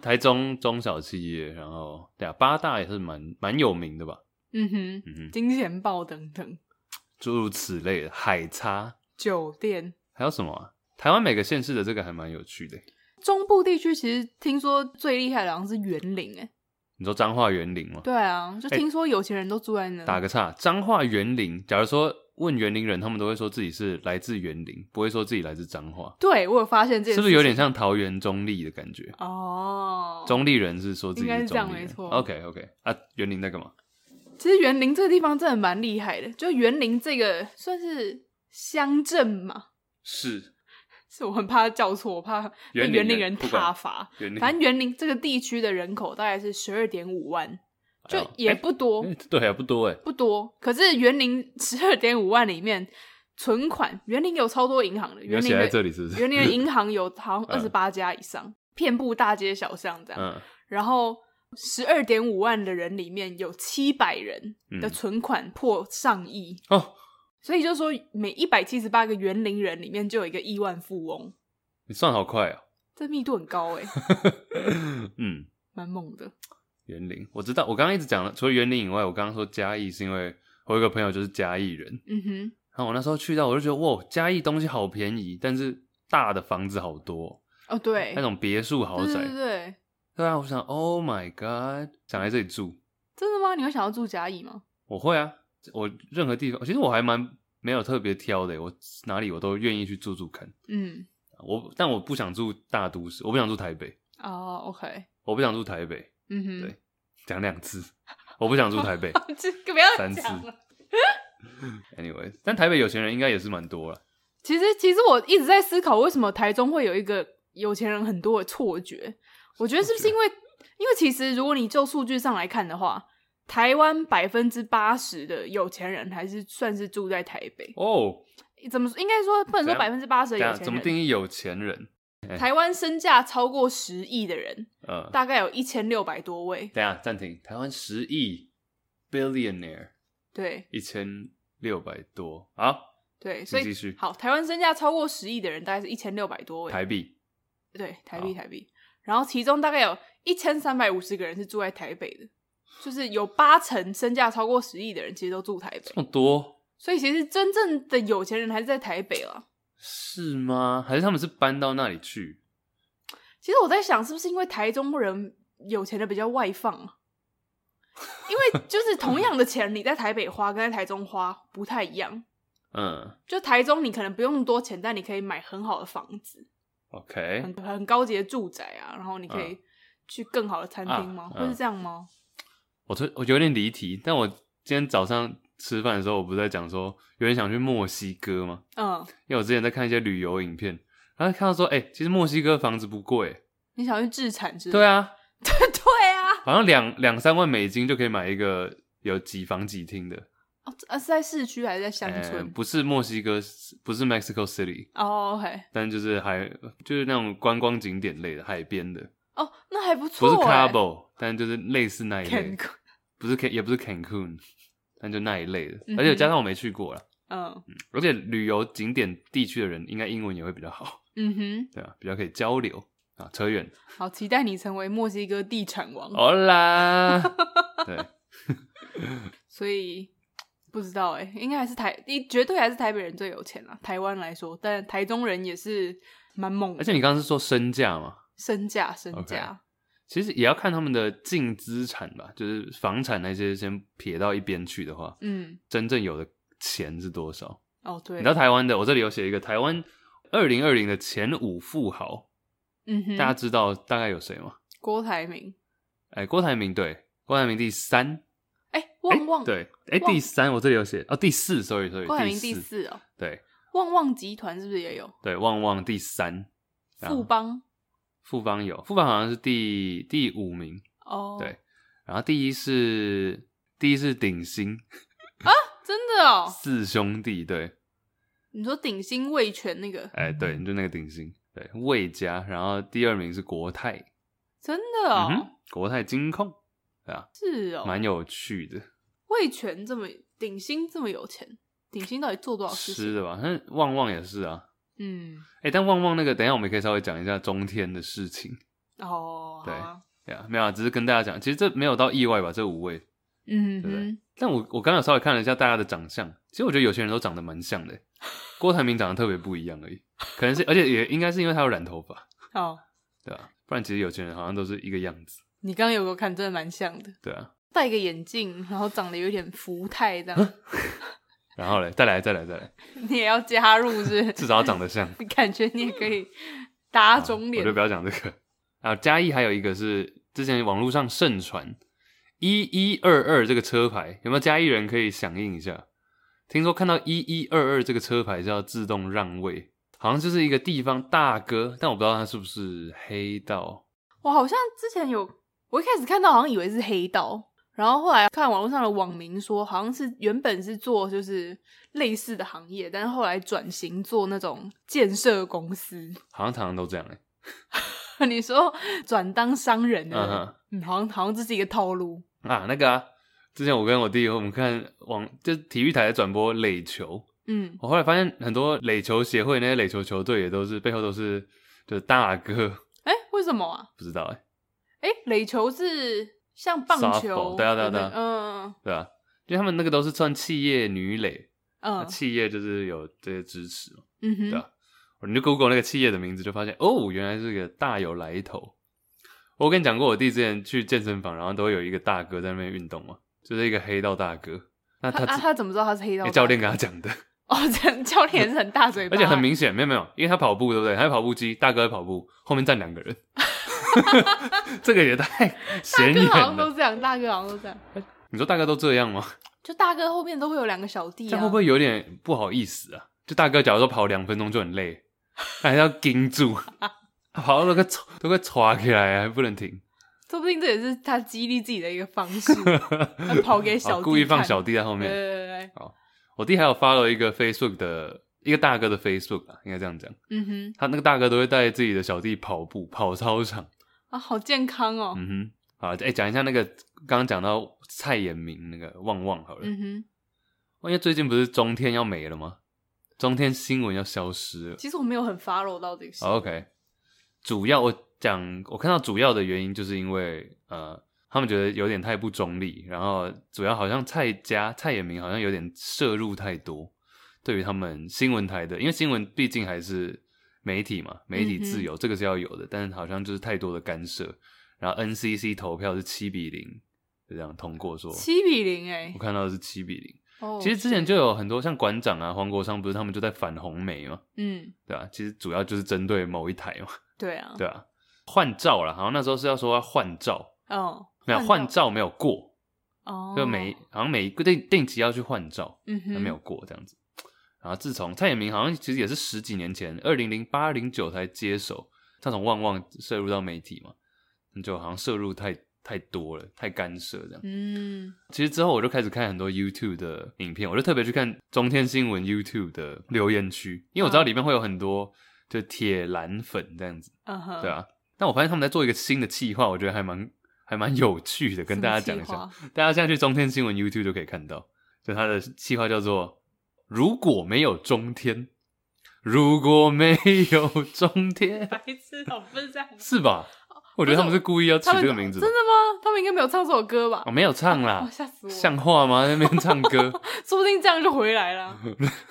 Speaker 1: 台中中小企业，然后对啊，八大也是蛮蛮有名的吧？
Speaker 2: 嗯哼，
Speaker 1: 嗯哼，
Speaker 2: 金钱豹等等，
Speaker 1: 诸如此类的海差，
Speaker 2: 酒店。
Speaker 1: 还有什么、啊？台湾每个县市的这个还蛮有趣的。
Speaker 2: 中部地区其实听说最厉害的好像是园林、欸，哎，
Speaker 1: 你说彰化园林吗？
Speaker 2: 对啊，就
Speaker 1: 欸
Speaker 2: 听说有钱人都住在那。
Speaker 1: 打个岔，彰化园林，假如说问园林人，他们都会说自己是来自园林，不会说自己来自彰化，
Speaker 2: 对我有发现这件
Speaker 1: 是
Speaker 2: 事
Speaker 1: 不是有点像桃园中立的感觉？
Speaker 2: 情哦？
Speaker 1: 中立人是说自己
Speaker 2: 应该
Speaker 1: 是
Speaker 2: 是这样
Speaker 1: 中立人
Speaker 2: 没错
Speaker 1: OK OK 啊，园林在干嘛？
Speaker 2: 其实园林这个地方真的蛮厉害的，就园林这个算是乡镇嘛，
Speaker 1: 是
Speaker 2: 是我很怕叫错，我怕被
Speaker 1: 园林人
Speaker 2: 园林人
Speaker 1: 不管
Speaker 2: 挞伐。
Speaker 1: 园林，
Speaker 2: 反正园林这个地区的人口大概是十二点五万，
Speaker 1: 哎呦
Speaker 2: 就也
Speaker 1: 哎
Speaker 2: 不多，
Speaker 1: 哎对啊，不多哎，
Speaker 2: 不多。可是园林十二点五万里面，存款园林有超多银行的，
Speaker 1: 你要
Speaker 2: 园
Speaker 1: 写
Speaker 2: 林
Speaker 1: 在
Speaker 2: 的
Speaker 1: 这里是不是？
Speaker 2: 园林 的银行有好像二
Speaker 1: 嗯
Speaker 2: 十八家以上，遍布大街小巷这样。
Speaker 1: 嗯，
Speaker 2: 然后十二点五万的人里面有七百人的
Speaker 1: 嗯
Speaker 2: 存款破上亿，
Speaker 1: 哦，
Speaker 2: 所以就说每一百七十八个园林人里面就有一个亿万富翁，
Speaker 1: 你算好快哦。
Speaker 2: 这密度很高哎、
Speaker 1: 嗯，
Speaker 2: 蛮猛的。
Speaker 1: 园林，我知道，我刚刚一直讲了，除了园林以外，我刚刚说嘉义是因为我有一个朋友就是嘉义人，
Speaker 2: 嗯哼，
Speaker 1: 然后我那时候去到，我就觉得哇，嘉义东西好便宜，但是大的房子好多，
Speaker 2: 哦对，
Speaker 1: 那种别墅豪
Speaker 2: 对
Speaker 1: 宅，
Speaker 2: 对对对，
Speaker 1: 对啊，我想，Oh my God，想来这里住，
Speaker 2: 真的吗？你会想要住甲乙吗？
Speaker 1: 我会啊，我任何地方，其实我还蛮没有特别挑的，欸我哪里我都愿意去住住看，
Speaker 2: 嗯，
Speaker 1: 我但我不想住大都市，我不想住台北，
Speaker 2: 哦，OK，
Speaker 1: 我不想住台北，
Speaker 2: 嗯哼，
Speaker 1: 对讲两次，我不想住台 北
Speaker 2: 这个不要
Speaker 1: 三次
Speaker 2: 讲了。
Speaker 1: ，anyway，但台北有钱人应该也是蛮多了，
Speaker 2: 其实，其实我一直在思考，为什么台中会有一个有钱人很多的错觉？我觉得是不是因为，因为其实如果你就数据上来看的话，台湾百分之八十的有钱人还是算是住在台北。
Speaker 1: 哦，
Speaker 2: 怎么说？应该说不能说
Speaker 1: 怎
Speaker 2: 百
Speaker 1: 样
Speaker 2: 分之八十的
Speaker 1: 这
Speaker 2: 有
Speaker 1: 样
Speaker 2: 钱人，
Speaker 1: 怎么定义有钱人？
Speaker 2: 台湾身价超过十亿的人，
Speaker 1: 呃，
Speaker 2: 大概有一千六百多位。
Speaker 1: 等一下暂停，台湾十亿 billionaire
Speaker 2: 对
Speaker 1: 一千六百多，好，
Speaker 2: 对，所
Speaker 1: 继
Speaker 2: 以
Speaker 1: 续
Speaker 2: 好，台湾身价超过十亿的人大概是一千六百多位，
Speaker 1: 台币，
Speaker 2: 对台币
Speaker 1: 好
Speaker 2: 台币。然后其中大概有一千三百五十个人是住在台北的，就是有八成身价超过十亿的人其实都住台北
Speaker 1: 这，么多
Speaker 2: 所以其实真正的有钱人还是在台北了。
Speaker 1: 是吗？还是他们是搬到那里去？
Speaker 2: 其实我在想，是不是因为台中人有钱的比较外放啊？因为就是同样的钱，你在台北花跟在台中花不太一样。
Speaker 1: 嗯
Speaker 2: 就台中，你可能不用那么多钱，但你可以买很好的房子，
Speaker 1: ，OK，
Speaker 2: 很很高级的住宅啊，然后你可以去更好的餐厅吗？
Speaker 1: 嗯啊
Speaker 2: 会是这样吗？
Speaker 1: 我突我有点离题，但我今天早上吃饭的时候，我不是在讲说有人想去墨西哥吗？
Speaker 2: 嗯，
Speaker 1: 因为我之前在看一些旅游影片，然后看到说，哎、其实墨西哥房子不贵，
Speaker 2: 你想去自产是不是？
Speaker 1: 对啊，
Speaker 2: 对啊，
Speaker 1: 好像两两三万美金就可以买一个有几房几厅的
Speaker 2: 哦，呃，是在市区还是在乡
Speaker 1: 呃
Speaker 2: 村？
Speaker 1: 不是墨西哥，不是 Mexico City，
Speaker 2: 哦，OK，
Speaker 1: 但就是海，就是那种观光景点类的海边的，
Speaker 2: 哦，那还不错
Speaker 1: 不是
Speaker 2: 欸
Speaker 1: Cabo，但就是类似那一类
Speaker 2: Can-，
Speaker 1: 不是 Can 也不是 Cancun，但就那一类的，
Speaker 2: 嗯哼
Speaker 1: 而且加上我没去过啦，
Speaker 2: 嗯
Speaker 1: 而且旅游景点地区的人应该英文也会比较好，
Speaker 2: 嗯哼，
Speaker 1: 对吧、比较可以交流啊，扯远了。
Speaker 2: 好，期待你成为墨西哥地产王。
Speaker 1: 好 啦，对，
Speaker 2: 所以不知道哎、欸，应该还是台，一绝对还是台北人最有钱啦。台湾来说，但台中人也是蛮猛
Speaker 1: 而
Speaker 2: 的，
Speaker 1: 且你刚刚是说身价嘛，
Speaker 2: 身价身价
Speaker 1: 其实也要看他们的净资产吧，就是房产那些先撇到一边去的话，
Speaker 2: 嗯，
Speaker 1: 真正有的钱是多少？
Speaker 2: 哦
Speaker 1: 你
Speaker 2: 对
Speaker 1: 知，道台湾的，我这里有写一个台湾二零二零的前五富豪，
Speaker 2: 嗯
Speaker 1: 大家
Speaker 2: 哼，
Speaker 1: 知道大概有谁吗？
Speaker 2: 郭台铭，
Speaker 1: 哎、郭台铭对，郭台铭第三，
Speaker 2: 哎、
Speaker 1: 哎
Speaker 2: 旺旺，
Speaker 1: 对，哎、
Speaker 2: 旺
Speaker 1: 第三，我这里有写哦，第四，sorry sorry，
Speaker 2: 郭台铭
Speaker 1: 第
Speaker 2: 第，四哦，
Speaker 1: 对
Speaker 2: 旺旺集团是不是也有？
Speaker 1: 对，旺旺第三，然后
Speaker 2: 富邦
Speaker 1: 富邦有，富邦好像是第第五名，
Speaker 2: 哦，
Speaker 1: 对然后第一是第一是鼎新
Speaker 2: 真的哦，
Speaker 1: 四兄弟，对，
Speaker 2: 你说鼎新味全那个，
Speaker 1: 哎、对，就那个鼎新，对，魏家，然后第二名是国泰，
Speaker 2: 真
Speaker 1: 嗯
Speaker 2: 的哦，
Speaker 1: 哼，国泰金控，对啊，
Speaker 2: 是哦，
Speaker 1: 蛮有趣的，
Speaker 2: 味全这么鼎新这么有钱，鼎新到底做多少事
Speaker 1: 吃
Speaker 2: 情？
Speaker 1: 的吧，但旺旺也是啊，
Speaker 2: 嗯，
Speaker 1: 哎、但旺旺那个，等一下我们也可以稍微讲一下中天的事情，
Speaker 2: 哦，好啊，
Speaker 1: 对啊，没有啊，只是跟大家讲，其实这没有到意外吧，这五位，
Speaker 2: 嗯
Speaker 1: 对不对
Speaker 2: 哼。
Speaker 1: 但我我刚刚有稍微看了一下大家的长相，其实我觉得有些人都长得蛮像的，郭台铭长得特别不一样而已，可能是，而且也应该是因为他有染头发，
Speaker 2: 哦，
Speaker 1: 对吧、不然其实有钱人好像都是一个样子，
Speaker 2: 你刚刚有个看，真的蛮像的，
Speaker 1: 对啊。
Speaker 2: 戴个眼镜，然后长得有点福态这样，
Speaker 1: 然后嘞，再来，再来，再来，
Speaker 2: 你也要加入是不
Speaker 1: 至少要长得像。
Speaker 2: 是？ 感觉你也可以打
Speaker 1: 啊
Speaker 2: 肿
Speaker 1: 我
Speaker 2: 脸
Speaker 1: 就不。要讲这个啊。嘉义还有一个是之前网络上盛传一一二二这个车牌，有没有嘉义人可以响应一下？听说看到一一二二这个车牌是要自动让位，好像就是一个地方大哥，但我不知道他是不是黑道。
Speaker 2: 我好像之前有，我一开始看到好像以为是黑道，然后后来看网络上的网民说，好像是原本是做就是类似的行业，但是后来转型做那种建设公司。
Speaker 1: 好像常常都这样哎、
Speaker 2: 你说转当商人
Speaker 1: 嗯
Speaker 2: 的
Speaker 1: 哼，
Speaker 2: 嗯，好像好像这是一个套路。
Speaker 1: 啊，那个啊，之前我跟我弟我们看网就是体育台在转播垒球，
Speaker 2: 嗯，
Speaker 1: 我后来发现很多垒球协会那些垒球球队也都是背后都是就是大哥，
Speaker 2: 哎，为什么啊？
Speaker 1: 不知道哎、
Speaker 2: 哎，垒球是像棒
Speaker 1: Softball，
Speaker 2: 球，
Speaker 1: 对啊对啊
Speaker 2: 那
Speaker 1: 对啊
Speaker 2: 嗯
Speaker 1: 对啊，因为他们那个都是算企业女垒，那
Speaker 2: 嗯
Speaker 1: 企业就是有这些支持嘛。
Speaker 2: 嗯
Speaker 1: 对
Speaker 2: 哼
Speaker 1: 啊，你就 Google 那个企业的名字，就发现哦，原来是个大有来头。我跟你讲过，我弟之前去健身房，然后都会有一个大哥在那边运动嘛，就是一个黑道大哥。那
Speaker 2: 他
Speaker 1: 他
Speaker 2: 啊
Speaker 1: 自、
Speaker 2: 他怎么知道他是黑道
Speaker 1: 欸
Speaker 2: 大？
Speaker 1: 教练跟他讲的，
Speaker 2: 哦，这教练也是很大嘴 巴，
Speaker 1: 而且很明显，没有没有，因为他跑步对不对？他在跑步机，大哥在跑步，后面站两 个人， 这个也太
Speaker 2: 大
Speaker 1: 显
Speaker 2: 哥
Speaker 1: 眼
Speaker 2: 好像都
Speaker 1: 了。
Speaker 2: 这样，大哥好像都这样，
Speaker 1: 你说大哥都这样吗？
Speaker 2: 就大哥后面都会有两个小弟
Speaker 1: 这
Speaker 2: 啊，
Speaker 1: 样会不会有点不好意思啊？就大哥，假如说跑两分钟就很累，还要盯 住，跑到都快喘都快喘起来，还不能停，
Speaker 2: 说不定这也是他激励自己的一个方 式，他跑给
Speaker 1: 好
Speaker 2: 小弟
Speaker 1: 啊故意放
Speaker 2: 看
Speaker 1: 小弟在后
Speaker 2: 对
Speaker 1: 面。
Speaker 2: 对对对，
Speaker 1: 我弟还有 follow 一个 Facebook 的一个大哥的 Facebook 啊，应该这样讲，
Speaker 2: 嗯
Speaker 1: 他那个大哥都会带自己的小弟跑步，跑操场，
Speaker 2: 哼，啊，好健康哦。
Speaker 1: 嗯哼，好，哎、讲一下那个刚刚讲到蔡衍明那个旺旺好了，哦
Speaker 2: 嗯哼，
Speaker 1: 因为最近不是中天要没了吗？中天新闻要消失了。
Speaker 2: 其实我没有很 follow 到这个事。
Speaker 1: 哦 OK，主要我讲，我看到主要的原因就是因为呃，他们觉得有点太不中立，然后主要好像蔡家蔡衍明好像有点摄入太多，对于他们新闻台的，因为新闻毕竟还是媒体嘛，媒
Speaker 2: 嗯
Speaker 1: 体自由、这个是要有的，但是好像就是太多的干涉，然后 NCC 投票是七比零，就这样通过说，
Speaker 2: 七比零哎
Speaker 1: 我、看到的是七比零。
Speaker 2: 哦，
Speaker 1: 其实之前就有很多像馆长啊、黄国昌，不是他们就在反红媒嘛，
Speaker 2: 嗯，
Speaker 1: 对吧、其实主要就是针对某一台嘛。
Speaker 2: 对啊，
Speaker 1: 对啊，换照了，好像那时候是要说要换照，
Speaker 2: 哦，
Speaker 1: 没有换照没有过，
Speaker 2: 哦，
Speaker 1: 就每好像每一个定定期要去换照，
Speaker 2: 嗯哼
Speaker 1: 没有过这样子。然后自从蔡衍明好像其实也是十几年前，二零零八零九才接手，他从旺旺摄入到媒体嘛，就好像摄入太太多了，太干涉这样。
Speaker 2: 嗯
Speaker 1: 其实之后我就开始看很多 YouTube 的影片，我就特别去看中天新闻 YouTube 的留言区，因为我知道
Speaker 2: 嗯
Speaker 1: 里面会有很多就铁蓝粉这样子。
Speaker 2: 嗯哼，
Speaker 1: 对啊。但我发现他们在做一个新的企划，我觉得还蛮还蛮有趣的，
Speaker 2: 什
Speaker 1: 跟
Speaker 2: 么
Speaker 1: 大家讲一
Speaker 2: 计
Speaker 1: 下
Speaker 2: 划。。
Speaker 1: 大家现在去中天新闻 YouTube 就可以看到，就他的企划叫做“如果没有中天，如果没有中天，
Speaker 2: 白痴哦，不是这样”，
Speaker 1: 是吧？我觉得他们是故意要取
Speaker 2: 他们
Speaker 1: 这个名字的
Speaker 2: 真的，吗？他们应该没有唱这首歌吧
Speaker 1: 哦，？没有唱
Speaker 2: 哦
Speaker 1: 啦，
Speaker 2: 吓死我！
Speaker 1: 像话吗？在那边唱歌，
Speaker 2: 说不定这样就回来了，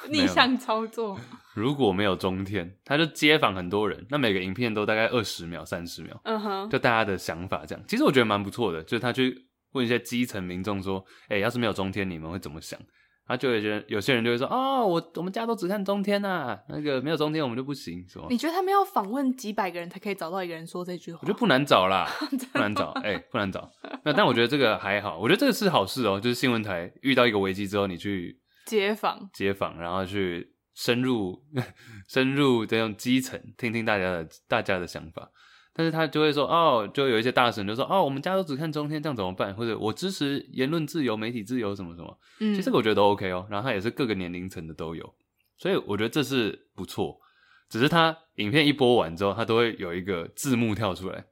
Speaker 2: 逆向操作。
Speaker 1: 如果没有中天，他就街访很多人，那每个影片都大概二十秒、三十秒，
Speaker 2: 嗯哼，
Speaker 1: 就大家的想法这样。其实我觉得蛮不错的，就是他去问一些基层民众说：“哎、要是没有中天，你们会怎么想？”他就有些人，有些人就会说：“哦，我我们家都只看中天呐、啊，那个没有中天我们就不行，什么
Speaker 2: 你觉得他们要访问几百个人才可以找到一个人说这句话？
Speaker 1: 我觉得不难找啦，不难找，哎、不难找。那但我觉得这个还好，我觉得这个是好事哦，就是新闻台遇到一个危机之后，你去
Speaker 2: 街访，
Speaker 1: 街访，然后去深入 深入这种基层，听听大家的大家的想法。但是他就会说，哦，就有一些大神就说，哦，我们家都只看中天，这样怎么办？或者我支持言论自由、媒体自由什么什么。
Speaker 2: 嗯，
Speaker 1: 其实这个我觉得都 OK 哦。然后他也是各个年龄层的都有，所以我觉得这是不错。只是他影片一播完之后，他都会有一个字幕跳出来，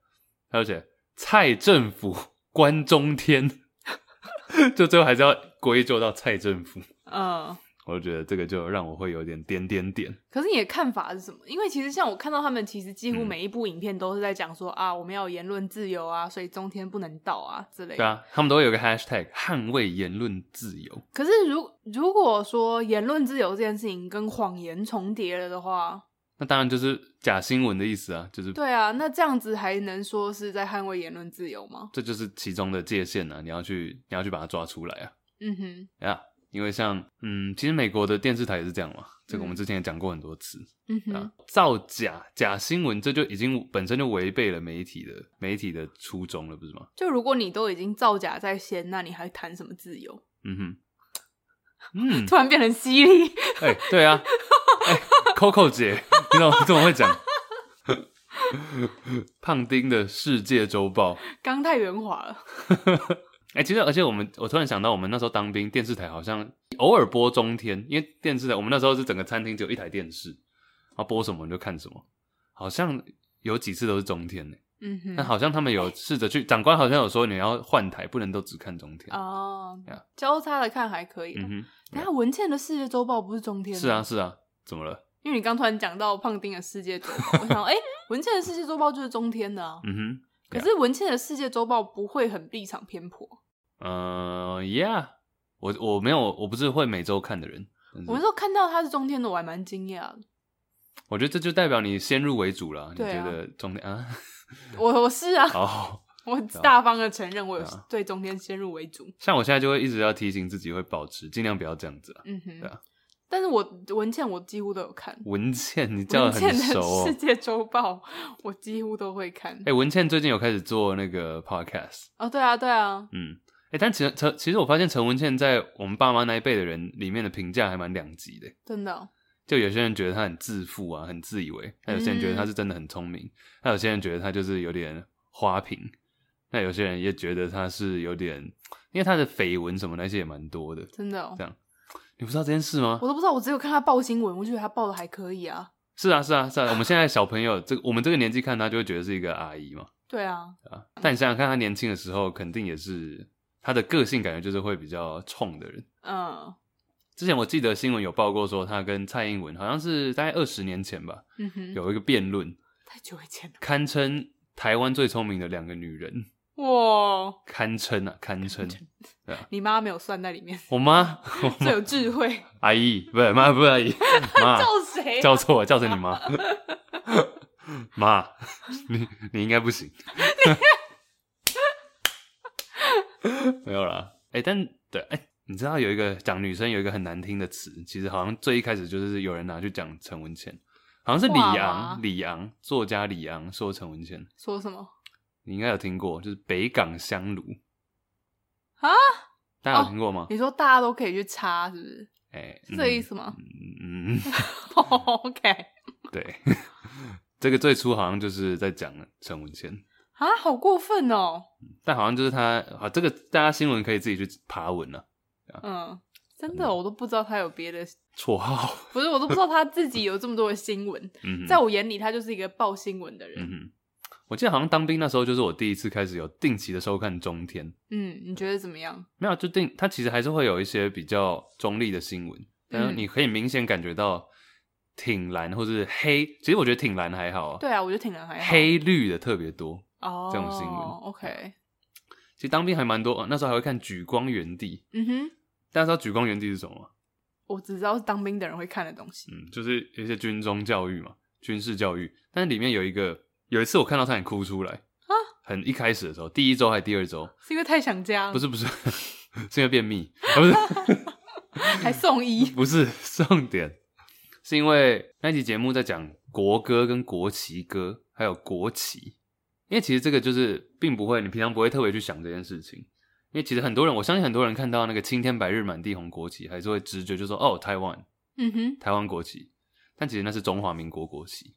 Speaker 1: 他就写“蔡政府关中天”， 就最后还是要归咎到蔡政府。
Speaker 2: 嗯。
Speaker 1: 我就觉得这个就让我会有点点点点，
Speaker 2: 可是你的看法是什么？因为其实像我看到他们，其实几乎
Speaker 1: 嗯
Speaker 2: 每一部影片都是在讲说、啊，我们要有言论自由啊，所以中天不能倒啊之类
Speaker 1: 对
Speaker 2: 的。
Speaker 1: 啊，他们都会有个 hashtag 捍卫言论自由，
Speaker 2: 可是如如果说言论自由这件事情跟谎言重叠了的话，
Speaker 1: 那当然就是假新闻的意思啊，就是
Speaker 2: 对啊，那这样子还能说是在捍卫言论自由吗？
Speaker 1: 这就是其中的界限啊，你要去你要去把它抓出来啊，
Speaker 2: 嗯哼，
Speaker 1: 呀，因为像嗯，其实美国的电视台也是这样嘛，这个我们
Speaker 2: 嗯
Speaker 1: 之前也讲过很多次、
Speaker 2: 嗯哼，
Speaker 1: 啊，造假假新闻，这就已经本身就违背了媒体的媒体的初衷了，不是吗？
Speaker 2: 就如果你都已经造假在先，那你还谈什么自由？
Speaker 1: 嗯哼， 嗯，
Speaker 2: 突然变成犀利，
Speaker 1: 哎、对啊，哎、c o c o 姐，你怎么怎么会讲？ 胖丁的世界周报，
Speaker 2: 刚太圆滑了。
Speaker 1: 哎、其实而且我们，我突然想到，我们那时候当兵，电视台好像偶尔播中天，因为电视台我们那时候是整个餐厅只有一台电视，然后播什么我们就看什么，好像有几次都是中天呢、欸
Speaker 2: 嗯
Speaker 1: 但
Speaker 2: 哼，
Speaker 1: 好像他们有试着去，长官好像有说你要换台，不能都只看中天。
Speaker 2: 哦
Speaker 1: Yeah，
Speaker 2: 交叉的看还可以啦。
Speaker 1: 嗯
Speaker 2: 等一下文倩的世界周报不是中
Speaker 1: 哼，
Speaker 2: 天吗？
Speaker 1: 是啊是啊，怎么了？
Speaker 2: 因为你刚突然讲到胖丁的世界周报， 我想哎、诶文倩的世界周报就是中天的啊。
Speaker 1: 嗯哼，
Speaker 2: 可是文倩的世界周报不会很立场偏颇。
Speaker 1: 呃，Yeah，我我没有，我不是会每周看的人，但是
Speaker 2: 我那时候看到他是中天的，我还蛮惊讶的。
Speaker 1: 我觉得这就代表你先入为主了，你
Speaker 2: 对
Speaker 1: 觉
Speaker 2: 啊
Speaker 1: 得中天啊？
Speaker 2: 我我是啊，
Speaker 1: 好，
Speaker 2: 我大方的承认我有
Speaker 1: 哦对啊
Speaker 2: 对中天先入为主。
Speaker 1: 像我现在就会一直要提醒自己，会保持尽量不要这样子啊。
Speaker 2: 嗯
Speaker 1: 对
Speaker 2: 哼
Speaker 1: 啊。
Speaker 2: 但是我文倩我几乎都有看，
Speaker 1: 文倩，你叫
Speaker 2: 文
Speaker 1: 的
Speaker 2: 倩
Speaker 1: 很
Speaker 2: 的
Speaker 1: 熟哦
Speaker 2: 世。界周报我几乎都会看
Speaker 1: 哎、。文倩最近有开始做那个 podcast，
Speaker 2: 哦，对啊，对啊，
Speaker 1: 嗯，哎、但其实陈，其实我发现陈文倩在我们爸妈那一辈的人里面的评价还蛮两极的。
Speaker 2: 真的哦。
Speaker 1: 就有些人觉得她很自负啊，很自以为；那有些人觉得
Speaker 2: 嗯
Speaker 1: 她是真的很聪明；那、有些人觉得她就是有点花瓶；那有些人也觉得她是有点，因为她的绯闻什么那些也蛮多的。
Speaker 2: 真的哦
Speaker 1: 这。样你不知道这件事吗？
Speaker 2: 我都不知道，我只有看他报新闻，我觉得他报的还可以啊。
Speaker 1: 是啊，是啊，是啊。我们现在小朋友，这个我们这个年纪看他，就会觉得是一个阿姨嘛，
Speaker 2: 对啊，
Speaker 1: 啊。但你想想看，他年轻的时候肯定也是他的个性，感觉就是会比较冲的人。
Speaker 2: 嗯
Speaker 1: 之前我记得新闻有报过，说他跟蔡英文好像是大概二十年前吧，
Speaker 2: 嗯哼，
Speaker 1: 有一个辩论，
Speaker 2: 太久以前了，
Speaker 1: 堪称台湾最聪明的两个女人，
Speaker 2: 哇，
Speaker 1: 堪称啊，堪称。
Speaker 2: 你妈没有算在里面，
Speaker 1: 我妈， 我
Speaker 2: 最有智 慧，
Speaker 1: 阿姨，不是妈，不是阿姨，妈
Speaker 2: 叫谁啊？
Speaker 1: 叫错了，叫成你妈。 妈，你你应该不行。 没有啦，哎、但对，哎、你知道有一个讲女生有一个很难听的词，其实好像最一开始就是有人拿去讲陈文茜，好像是李
Speaker 2: 哇
Speaker 1: 昂，李昂作家李昂说陈文茜，
Speaker 2: 说什么
Speaker 1: 你应该有听过，就是北港香炉，
Speaker 2: 啊？
Speaker 1: 大家有听过吗？
Speaker 2: 你说大家都可以去插，是不是？
Speaker 1: 哎、
Speaker 2: 是这个意
Speaker 1: 嗯
Speaker 2: 思吗哦
Speaker 1: 嗯嗯，
Speaker 2: ？OK
Speaker 1: 对， 这个最初好像就是在讲陈文茜。
Speaker 2: 啊，好过分哦，
Speaker 1: 但好像就是他啊，这个大家新闻可以自己去爬文了、啊。
Speaker 2: 嗯，真的，我都不知道他有别的，
Speaker 1: 绰号，
Speaker 2: 不是，我都不知道他自己有这么多的新闻，
Speaker 1: 嗯哼，
Speaker 2: 在我眼里，他就是一个报新闻的
Speaker 1: 嗯
Speaker 2: 人。
Speaker 1: 哼，我记得好像当兵那时候，就是我第一次开始有定期的收看中天，
Speaker 2: 嗯，你觉得怎么样？
Speaker 1: 没有就定，它其实还是会有一些比较中立的新闻，但是
Speaker 2: 嗯
Speaker 1: 你可以明显感觉到挺蓝或是黑，其实我觉得挺蓝还好啊，
Speaker 2: 对啊，我觉得挺人还好。
Speaker 1: 黑绿的特别多。
Speaker 2: 哦，
Speaker 1: 这种新闻
Speaker 2: OK，
Speaker 1: 其实当兵还蛮多、哦，那时候还会看《举光原地》，
Speaker 2: 嗯哼，
Speaker 1: 大家知道《举光原地》是什么吗？
Speaker 2: 我只知道是当兵的人会看的东西。
Speaker 1: 嗯，就是有一些军中教育嘛，军事教育。但是里面有一个，有一次我看到差点哭出来
Speaker 2: 啊，
Speaker 1: 很一开始的时候，第一周还是第二周，
Speaker 2: 是因为太想家了，
Speaker 1: 不是不 是，是因为便秘，啊不是
Speaker 2: 还送医
Speaker 1: 不是 重点，是因为那期节目在讲国歌跟国旗歌，还有国旗，因为其实这个就是并不会，你平常不会特别去想这件事情。因为其实很多人，我相信很多人看到那个青天白日满地红国旗，还是会直觉就说哦，台湾，
Speaker 2: 嗯哼，
Speaker 1: 台湾国旗。但其实那是中华民国国旗。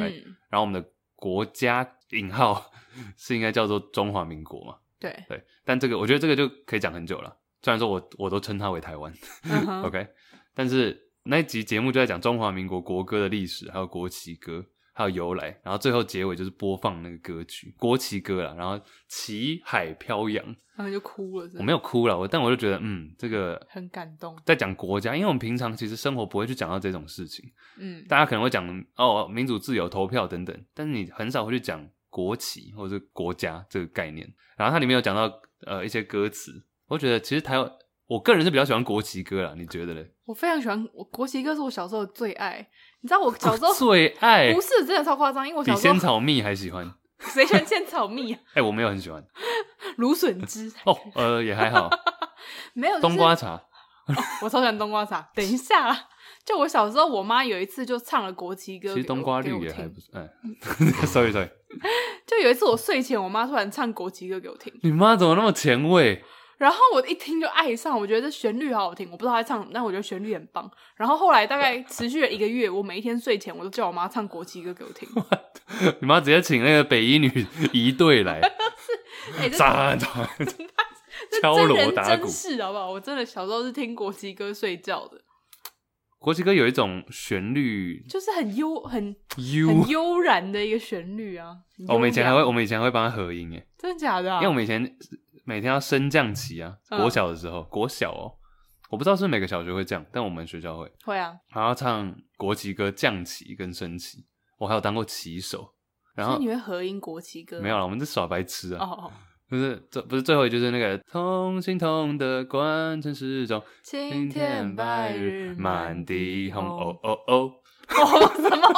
Speaker 1: 哎
Speaker 2: 嗯，
Speaker 1: 然后我们的国家引号是应该叫做中华民国嘛？
Speaker 2: 对，
Speaker 1: 对，但这个我觉得这个就可以讲很久了。虽然说我我都称它为台湾、
Speaker 2: 嗯哼，
Speaker 1: OK，但是那一集节目就在讲中华民国国歌的历史，还有国旗歌，还有由来，然后最后结尾就是播放那个歌曲国旗歌啦，然后旗海飘扬。
Speaker 2: 然后就哭了，真的
Speaker 1: 我没有哭了，我但我就觉得嗯，这个
Speaker 2: 很感动，
Speaker 1: 在讲国家，因为我们平常其实生活不会去讲到这种事情。
Speaker 2: 嗯，
Speaker 1: 大家可能会讲哦，民主、自由、投票等等，但是你很少会去讲国旗或者是国家这个概念。然后它里面有讲到呃一些歌词，我觉得其实台湾，我个人是比较喜欢国旗歌啦，你觉得嘞？
Speaker 2: 我非常喜欢我国旗歌是我小时候的最爱，你知道我小时候
Speaker 1: 哦最爱
Speaker 2: 不是真的超夸张，因为我
Speaker 1: 比
Speaker 2: 小时候
Speaker 1: 仙草蜜还喜欢，
Speaker 2: 谁喜欢仙草蜜啊？
Speaker 1: 哎、我没有很喜欢
Speaker 2: 芦笋汁
Speaker 1: 哦，呃也还 好，
Speaker 2: 没有
Speaker 1: 冬，瓜茶，
Speaker 2: 就是我超喜欢冬瓜茶。等一下啦，就我小时候，我妈有一次就唱了国旗歌
Speaker 1: 其
Speaker 2: 给我，
Speaker 1: 实冬瓜绿
Speaker 2: 给
Speaker 1: 也
Speaker 2: 我听
Speaker 1: 还不错，哎、s o r r y sorry，
Speaker 2: 就有一次我睡前，我妈突然唱国旗歌给我听，
Speaker 1: 你妈怎么那么前卫？
Speaker 2: 然后我一听就爱上，我觉得这旋律好好听，我不知道她在唱什么，但我觉得旋律很棒。然后后来大概持续了一个月，我每一天睡前我都叫我妈唱国旗歌给 我听。
Speaker 1: 你妈直接请那个北一女一队 来，
Speaker 2: 哎、这
Speaker 1: 炸炸
Speaker 2: 这
Speaker 1: 敲
Speaker 2: 真
Speaker 1: 锣
Speaker 2: 人
Speaker 1: 打鼓
Speaker 2: 真事好不好？我真的小时候是听国旗歌睡觉的，
Speaker 1: 国旗歌有一种旋律
Speaker 2: 就是很悠很
Speaker 1: 悠哦
Speaker 2: 很悠然的一个旋律啊。很悠
Speaker 1: 我们以前还
Speaker 2: 扬
Speaker 1: 会，我们以前还会帮他合音诶，
Speaker 2: 真的假的、啊？
Speaker 1: 因为我们以前每天要升降旗啊，
Speaker 2: 嗯
Speaker 1: 国小的时候，国小哦，我不知道是不是每个小学会这样，但我们学校会，
Speaker 2: 会啊，
Speaker 1: 还要唱国旗歌、降旗跟升旗，我还有当过旗手，然
Speaker 2: 所以
Speaker 1: 后
Speaker 2: 你会合音国旗歌？
Speaker 1: 没有了，我们是耍白痴啊，
Speaker 2: 哦，
Speaker 1: 就是这不是最后一句就是那个同心同德贯彻始终，
Speaker 2: 晴天白日
Speaker 1: 满地红，哦
Speaker 2: 哦，
Speaker 1: 哦哦，
Speaker 2: 哦什么？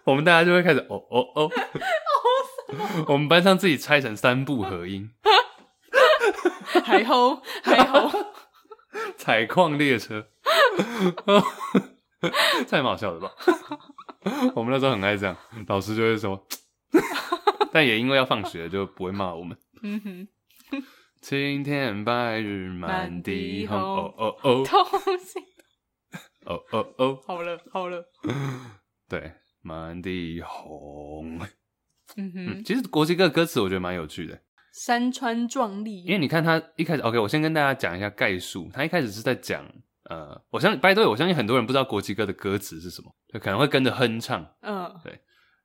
Speaker 1: 我们大家就会开始哦哦 哦， 我们班上自己拆成三部合音。
Speaker 2: 海鸥，海鸥，
Speaker 1: 采矿列车， 太蛮好笑了吧？ 我们那时候很爱这样，老师就会说， 但也因为要放学，就不会骂我们。
Speaker 2: 嗯哼，
Speaker 1: 青天白日满地红，
Speaker 2: 满
Speaker 1: 哦哦哦
Speaker 2: 东西。
Speaker 1: 哦哦哦，
Speaker 2: 好了，好了，
Speaker 1: 对，满地红。
Speaker 2: 嗯
Speaker 1: 嗯，
Speaker 2: 哼，
Speaker 1: 其实国旗歌的歌词我觉得蛮有趣的，
Speaker 2: 山川壮
Speaker 1: 因
Speaker 2: 丽，
Speaker 1: 为你看他一开始，OK，我先跟大家讲一下概述。他一开始是在讲，呃，我相信，拜托，我相信很多人不知道国旗歌的歌词是什么，就可能会跟着哼唱。
Speaker 2: 嗯，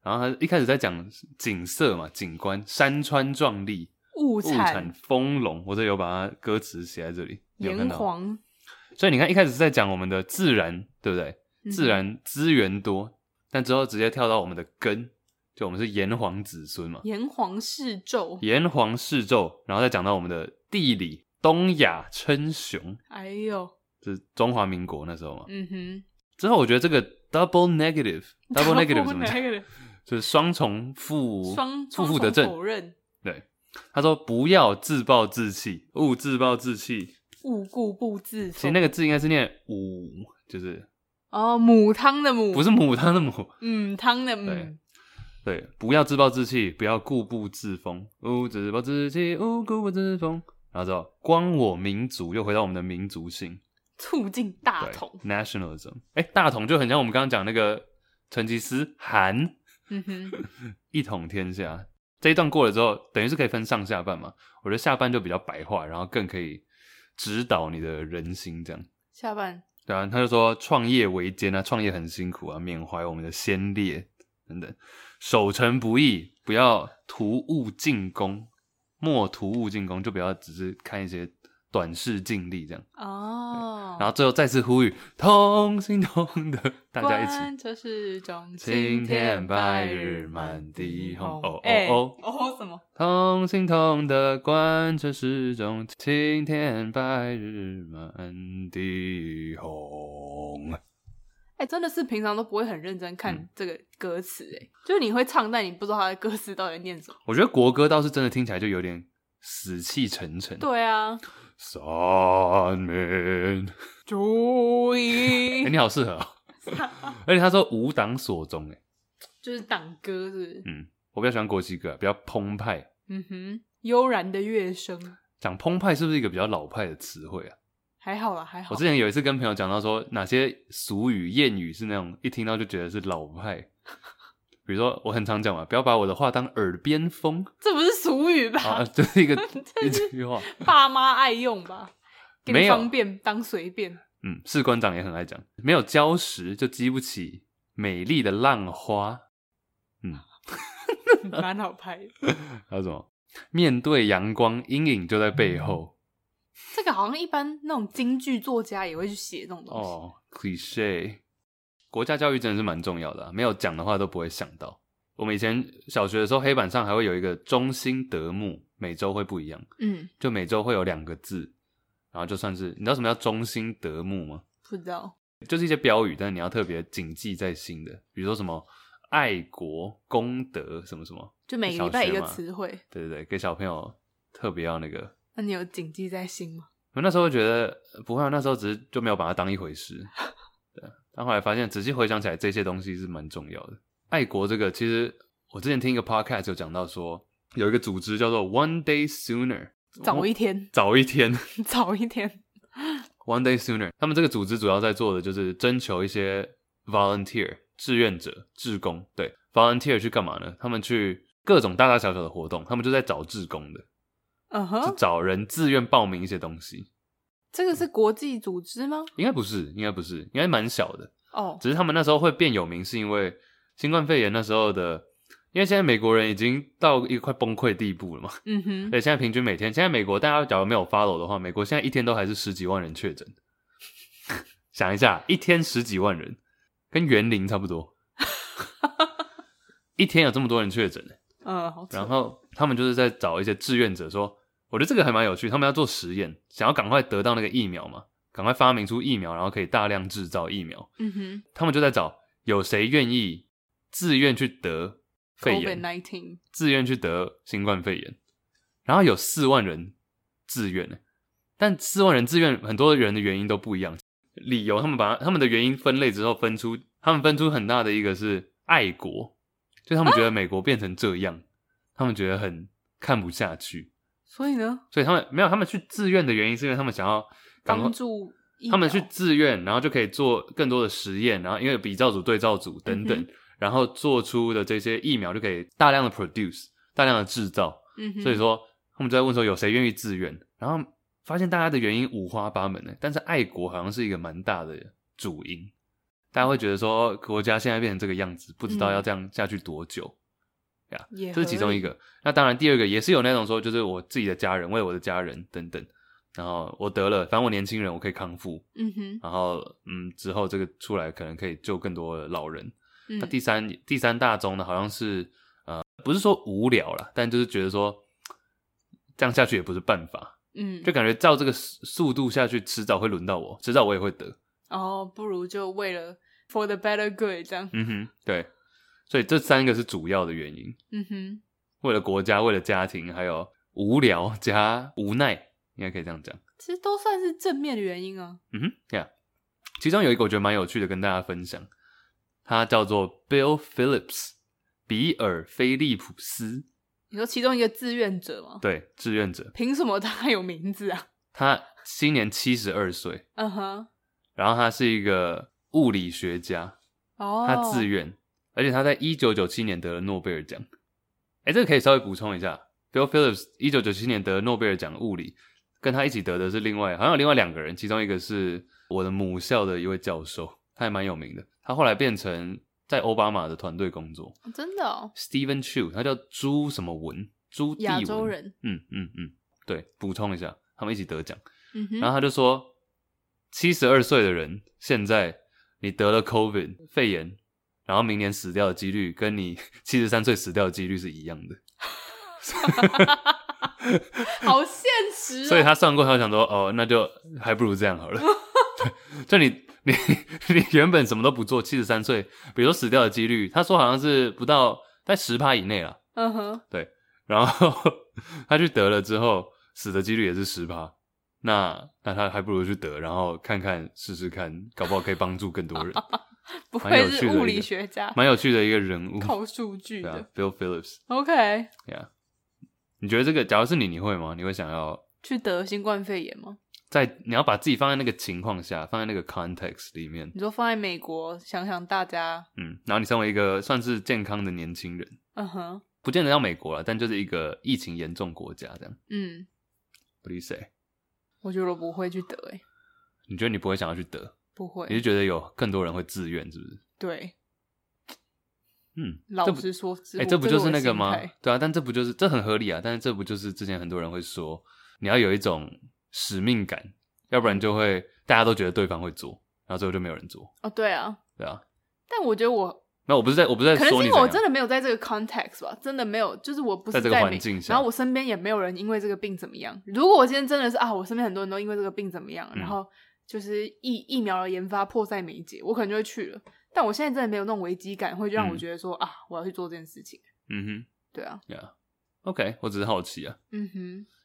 Speaker 1: 然后他一开始在讲景色嘛，景观山川壮丽，
Speaker 2: 物
Speaker 1: 物产丰隆，我这有把它歌词写在这里，你有看
Speaker 2: 炎
Speaker 1: 到吗？
Speaker 2: 黄，
Speaker 1: 所以你看一开始是在讲我们的自然，对不对？
Speaker 2: 嗯
Speaker 1: 自然资源多，但之后直接跳到我们的根，就我们是炎黄子孙嘛，
Speaker 2: 炎黄世胄，
Speaker 1: 炎黄世胄，然后再讲到我们的地理，东亚称雄，
Speaker 2: 哎呦，
Speaker 1: 这是中华民国那时候嘛。
Speaker 2: 嗯哼
Speaker 1: 之后我觉得这个 double negative，double negative 怎么讲？
Speaker 2: negative，
Speaker 1: 就是双重负
Speaker 2: 双
Speaker 1: 负负得
Speaker 2: 双重
Speaker 1: 正。
Speaker 2: 否认，
Speaker 1: 对，他说不要自暴自弃，勿自暴自弃。
Speaker 2: 勿固不
Speaker 1: 其
Speaker 2: 自
Speaker 1: 实
Speaker 2: 封。
Speaker 1: 那个字应该是念五，就是
Speaker 2: 哦，母汤的母，
Speaker 1: 不是母汤的母。
Speaker 2: 嗯汤的
Speaker 1: 对
Speaker 2: 母，
Speaker 1: 对，不要自暴自弃，不要固步自封，勿自暴自弃，勿固步自封。然后之后，光我民族又回到我们的民族性，
Speaker 2: 促进大
Speaker 1: 对
Speaker 2: 同。
Speaker 1: nationalism。哎，大同就很像我们刚刚讲那个成吉思汗
Speaker 2: 嗯哼，
Speaker 1: 一统天下这一段过了之后，等于是可以分上下半嘛。我觉得下半就比较白话，然后更可以指导你的人心这样。
Speaker 2: 下半
Speaker 1: 对啊，他就说创业维艰啊，创业很辛苦啊，缅怀我们的先烈等等，守成不易，不要图物进攻，莫图物进攻，就不要只是看一些短视尽力这样。
Speaker 2: 哦，
Speaker 1: 然后最后再次呼吁，同心同德，大家一起。
Speaker 2: 观这是种
Speaker 1: 青天白日满地红哦哦
Speaker 2: 哎
Speaker 1: 哦
Speaker 2: 哦什么？
Speaker 1: 同心同德，贯彻始终，青天白日满地红。
Speaker 2: 哎，真的是平常都不会很认真
Speaker 1: 嗯
Speaker 2: 看这个歌词，哎，就是你会唱，但你不知道他的歌词到底在念什么。
Speaker 1: 我觉得国歌倒是真的听起来就有点死气沉沉。
Speaker 2: 对啊，
Speaker 1: 三面，
Speaker 2: 注
Speaker 1: 哎、
Speaker 2: 意，
Speaker 1: 你好适合、哦，而且他说无党所宗，哎，
Speaker 2: 就是党歌是不是？
Speaker 1: 嗯，我比较喜欢国旗歌，比较澎湃。
Speaker 2: 嗯哼，悠然的乐声，
Speaker 1: 讲澎湃是不是一个比较老派的词汇啊？
Speaker 2: 还好啦，还好。
Speaker 1: 我之前有一次跟朋友讲到说，哪些俗语、谚语是那种一听到就觉得是老派， 比如说我很常讲嘛，不要把我的话当耳边风
Speaker 2: 这不是俗语吧？
Speaker 1: 啊， 这、是一个一
Speaker 2: 是
Speaker 1: 句话。
Speaker 2: 爸妈爱用吧，给
Speaker 1: 没
Speaker 2: 你
Speaker 1: 有
Speaker 2: 方便当随便。
Speaker 1: 嗯，士官长也很爱讲，没有礁石就激不起美丽的浪花。
Speaker 2: 蛮好拍的。
Speaker 1: 还有什么？面对阳光，阴影就在背后。
Speaker 2: 这个好像一般那种京剧作家也会去写这种东西。
Speaker 1: 哦，cliche。国家教育真的是蛮重要的、啊，没有讲的话都不会想到。我们以前小学的时候，黑板上还会有一个中心德目，每周会不一样，
Speaker 2: 嗯，
Speaker 1: 就每周会有两个字，然后就算是你知道什么叫中心德目吗？
Speaker 2: 不知道。
Speaker 1: 就是一些标语，但是你要特别谨记在心的，比如说什么爱国、功德什么什么，
Speaker 2: 就每个礼拜一
Speaker 1: 小学
Speaker 2: 个
Speaker 1: 嘛
Speaker 2: 词汇，
Speaker 1: 对对对，给小朋友特别要那个
Speaker 2: 那你有谨记在心吗？
Speaker 1: 我那时候觉得呃不会、啊，那时候只是就没有把它当一回事。对，但后来发现，仔细回想起来，这些东西是蛮重要的。爱国这个，其实我之前听一个 podcast 有讲到说，有一个组织叫做 One Day Sooner，哦
Speaker 2: 早一天，
Speaker 1: 早一天
Speaker 2: 早一天。
Speaker 1: ，One Day Sooner。他们这个组织主要在做的就是征求一些 volunteer 志愿者、志工。对，volunteer 去干嘛呢？他们去各种大大小小的活动，他们就在找志工的，
Speaker 2: 嗯
Speaker 1: 就
Speaker 2: 哼，
Speaker 1: 找人自愿报名一些东西。
Speaker 2: 这个是国际组织吗？
Speaker 1: 应该不是，应该不是，应该蛮小的。
Speaker 2: 哦，
Speaker 1: 只是他们那时候会变有名，是因为新冠肺炎那时候的，因为现在美国人已经到一个快崩溃地步了嘛。
Speaker 2: 嗯 哼，
Speaker 1: 对，现在平均每天，现在美国大家假如没有 follow 的话，美国现在一天都还是十几万人确诊。 想一下，一天十几万人，跟园林差不多。一天有这么多人确诊，
Speaker 2: 嗯，好扯。
Speaker 1: 然后他们就是在找一些志愿者说，我觉得这个还蛮有趣，他们要做实验，想要赶快得到那个疫苗嘛，赶快发明出疫苗，然后可以大量制造疫苗。
Speaker 2: 嗯哼
Speaker 1: 他们就在找有谁愿意自愿去得肺
Speaker 2: ，COVID
Speaker 1: 炎，
Speaker 2: nineteen，
Speaker 1: 自愿去得新冠肺炎，然后有四万人自愿呢，但四万人自愿，很多人的原因都不一样，理由他们把他们的原因分类之后，分出他们分出很大的一个是爱国，就他们觉得美国变成这样，他们觉得很看不下去，
Speaker 2: 所以呢，
Speaker 1: 所以他们没有他们去自愿的原因是因为他们想要赶快
Speaker 2: 帮助医疗
Speaker 1: 他们去自愿，然后就可以做更多的实验，然后因为比照组、对照组等等，
Speaker 2: 嗯
Speaker 1: 然后做出的这些疫苗就可以大量的 produce、大量的制造。
Speaker 2: 嗯哼，
Speaker 1: 所以说，他们就在问说有谁愿意自愿，然后发现大家的原因五花八门呢，但是爱国好像是一个蛮大的主因。大家会觉得说，国家现在变成这个样子，不知
Speaker 2: 嗯
Speaker 1: 道要这样下去多久。呀、
Speaker 2: 也
Speaker 1: 这是其中一
Speaker 2: 个。
Speaker 1: 个。那当然，第二个也是有那种说，就是我自己的家人为我的家人等等，然后我得了，反正我年轻人我可以康复，
Speaker 2: 嗯哼，
Speaker 1: 然后嗯之后这个出来可能可以救更多的老人。那
Speaker 2: 嗯，
Speaker 1: 第三第三大宗呢，好像是呃不是说无聊啦，但就是觉得说这样下去也不是办法，
Speaker 2: 嗯，
Speaker 1: 就感觉照这个速速度下去，迟早会轮到我，迟早我也会得。
Speaker 2: 哦，不如就为了 for the better good 这样。
Speaker 1: 嗯哼，对，所以这三个是主要的原因，
Speaker 2: 嗯哼，
Speaker 1: 为了国家，为了家庭，还有无聊 加无奈，应该可以这样讲。
Speaker 2: 其实都算是正面的原因啊。
Speaker 1: 嗯哼，Yeah，其中有一个我觉得蛮有趣的，跟大家分享，他叫做 Bill Phillips，比尔·菲利普斯，
Speaker 2: 你说其中一个志愿者吗？
Speaker 1: 对，志愿者，
Speaker 2: 凭什么他有名字啊？
Speaker 1: 他今年七十二岁，
Speaker 2: 嗯哼，
Speaker 1: 然后他是一个物理学家，
Speaker 2: 哦，
Speaker 1: 他自愿，而且他在一九九七年得了诺贝尔奖。哎，这个可以稍微补充一下，Bill Phillips 一九九七年得了诺贝尔奖物理，跟他一起得的是另外好像有另外两个人，其中一个是我的母校的一位教授，他还蛮有名的，他后来变成在奥巴马的团队工作
Speaker 2: 哦真的哦，
Speaker 1: ，Stephen Chu，他叫朱什么文，朱棣文
Speaker 2: 亚洲，人。
Speaker 1: 嗯嗯嗯，对，补充一下，他们一起得奖。
Speaker 2: 嗯
Speaker 1: 然
Speaker 2: 哼，
Speaker 1: 后他就说，七十二岁的人现在你得了 COVID 肺炎，然后明年死掉的几率跟你七十三岁死掉的几率是一样的，
Speaker 2: 好现实、哦。
Speaker 1: 所以他算过，他想说，哦，那就还不如这样好了。 对，就你你你原本什么都不做，七十三岁，比如说死掉的几率，他说好像是不到在十趴以内啦。
Speaker 2: 嗯哼，
Speaker 1: 然后 他去得了之后，死的几率也是十趴。那那他还不如去得，然后看看试试看，搞不好可以帮助更多 人。
Speaker 2: 不
Speaker 1: 蛮有
Speaker 2: 愧
Speaker 1: 趣
Speaker 2: 是
Speaker 1: 的一
Speaker 2: 物理
Speaker 1: 个
Speaker 2: 学家，
Speaker 1: 蛮有趣的一个人物，
Speaker 2: 靠数据
Speaker 1: 对啊
Speaker 2: 的。
Speaker 1: ，Bill Phillips，
Speaker 2: OK，
Speaker 1: yeah。你觉得这个，假如是你，你会吗？你会想要
Speaker 2: 去得新冠肺炎吗？
Speaker 1: 在你要把自己放在那个情况下，放在那个 context 里面，
Speaker 2: 你说放在美国，想想大家，
Speaker 1: 嗯，然后你身为一个算是健康的年轻人，
Speaker 2: 嗯哼，
Speaker 1: 不见得要美国了，但就是一个疫情严重国家这样
Speaker 2: 嗯，
Speaker 1: ，what do you say？
Speaker 2: 我觉得我不会去得、欸，诶，
Speaker 1: 你觉得你不会想要去得？
Speaker 2: 不
Speaker 1: 你是
Speaker 2: 会，
Speaker 1: 觉得有更多人会自愿，是不是？
Speaker 2: 对，
Speaker 1: 嗯，这
Speaker 2: 老
Speaker 1: 不
Speaker 2: 实说，哎
Speaker 1: 哎、这不就是那个
Speaker 2: 个
Speaker 1: 吗？对啊，但这不就是这很合理啊？但是这不就是之前很多人会说，你要有一种使命感，要不然就会大家都觉得对方会做，然后最后就没有人做，
Speaker 2: 哦，对啊，
Speaker 1: 对啊。
Speaker 2: 但我觉得我
Speaker 1: 那我不是在，我不是在
Speaker 2: 可能
Speaker 1: 说
Speaker 2: 是
Speaker 1: 你
Speaker 2: 因
Speaker 1: 怎
Speaker 2: 为我
Speaker 1: 样，
Speaker 2: 真的没有在这个 context 吧，真的没有，就是我不
Speaker 1: 在
Speaker 2: 是
Speaker 1: 这个
Speaker 2: 美
Speaker 1: 环境下
Speaker 2: 然后我身边也没有人因为这个病怎么样。如果我今天真的是啊，我身边很多人都因为这个病怎么样，
Speaker 1: 嗯
Speaker 2: 然后就是疫疫苗的研发迫在眉睫，我可能就会去了。但我现在真的没有那种危机感，会让我
Speaker 1: 嗯
Speaker 2: 觉得说、啊，我要去做这件事情。
Speaker 1: 嗯
Speaker 2: 对啊，
Speaker 1: 哼，Yeah。OK，我只是好奇啊，
Speaker 2: 嗯哼，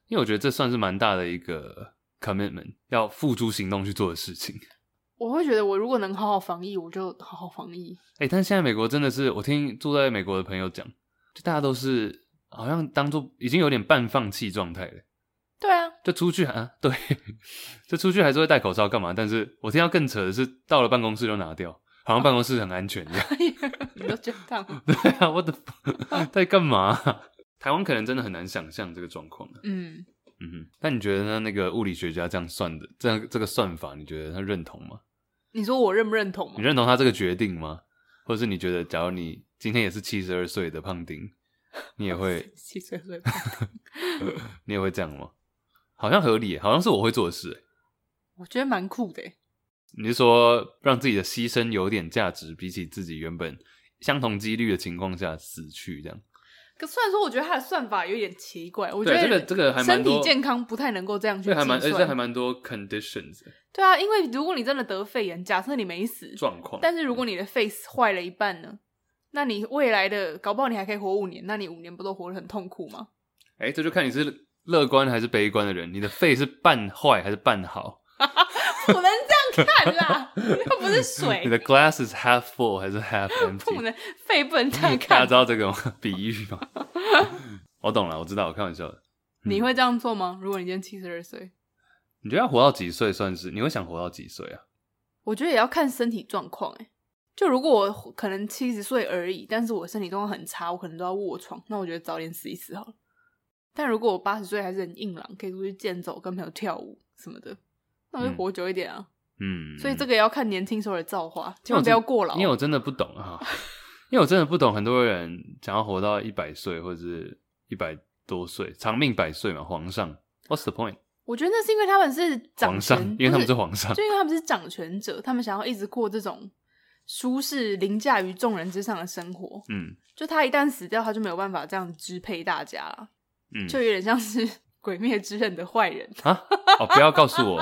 Speaker 1: 因为我觉得这算是蛮大的一个 commitment，要付诸行动去做的事情。
Speaker 2: 我会觉得我如果能好好防疫，我就好好防疫。
Speaker 1: 哎、但是现在美国真的是，我听住在美国的朋友讲，就大家都是好像当做已经有点半放弃状态了。
Speaker 2: 对啊，
Speaker 1: 就出去啊， 对，就出去还是会戴口罩干嘛？但是我听到更扯的是，到了办公室就拿掉，好像办公室很安全一样。
Speaker 2: 你都觉得这样，
Speaker 1: 对啊，我的在干嘛 啊、台湾可能真的很难想象这个状况啊
Speaker 2: 嗯，
Speaker 1: 嗯哼，那你觉得呢？那个物理学家这样算的，这样这个算法，你觉得他认同吗？
Speaker 2: 你说我认不认同吗
Speaker 1: 你？认同他这个决定吗？或者是你觉得，假如你今天也是七十二岁的胖丁，你也 会
Speaker 2: 七岁岁，
Speaker 1: 你也会这样吗？好像合理耶，好像是我会做的事耶。
Speaker 2: 我觉得蛮酷的欸。
Speaker 1: 你是说让自己的牺牲有点价值，比起自己原本相同几率的情况下死去这样？
Speaker 2: 可虽然说，我觉得他的算法有点奇怪，我觉
Speaker 1: 对，
Speaker 2: 得
Speaker 1: 这个这个还蛮
Speaker 2: 身
Speaker 1: 多
Speaker 2: 体健康不太能够这样去
Speaker 1: 对，还蛮而
Speaker 2: 计
Speaker 1: 且
Speaker 2: 算
Speaker 1: 还蛮多 conditions 的
Speaker 2: 对啊，因为如果你真的得肺炎，假设你没死，
Speaker 1: 状况。
Speaker 2: 但是如果你的肺坏了一半呢，那你未来的搞不好你还可以活五年，那你五年不都活得很痛苦吗？
Speaker 1: 哎，这就看你是乐观还是悲观的人，你的肺是半坏还是半好，
Speaker 2: 不能这样看啦，又不是水
Speaker 1: 你，的 glass is half full 还是 half
Speaker 2: 不
Speaker 1: empty。
Speaker 2: 能肺不能这 样
Speaker 1: 大家
Speaker 2: 看
Speaker 1: 知。道这个吗比喻 吗？我懂了，我知道，我开玩笑的。嗯
Speaker 2: 你会这样做吗？如果你今天七十二岁，
Speaker 1: 你觉得要活到几岁算是？你会想活到几岁啊？
Speaker 2: 我觉得也要看身体状况哎。就如果我可能七十岁而已，但是我身体状况很差，我可能都要卧床，那我觉得早点死一死好了。但如果我八十岁还是很硬朗，可以出去健走、跟朋友跳舞什么的，那我就
Speaker 1: 嗯
Speaker 2: 活久一点啊。
Speaker 1: 嗯，
Speaker 2: 所以这个也要看年轻时候的造化，千万不要过劳
Speaker 1: 因。为我真的不懂啊，因为我真的不懂很多人想要活到一百岁或者是一百多岁，长命百岁嘛，皇上，What's the point？
Speaker 2: 我觉得那是因为他们是掌
Speaker 1: 皇
Speaker 2: 权
Speaker 1: 上，，因为他们
Speaker 2: 不
Speaker 1: 是皇上，
Speaker 2: 就因为他们是掌权者，他们想要一直过这种舒适、凌驾于众人之上的生活。
Speaker 1: 嗯
Speaker 2: 就他一旦死掉，他就没有办法这样支配大家了，
Speaker 1: 嗯，
Speaker 2: 就有点像是《鬼灭之刃》的坏人。
Speaker 1: 啊，哦，不要告诉我，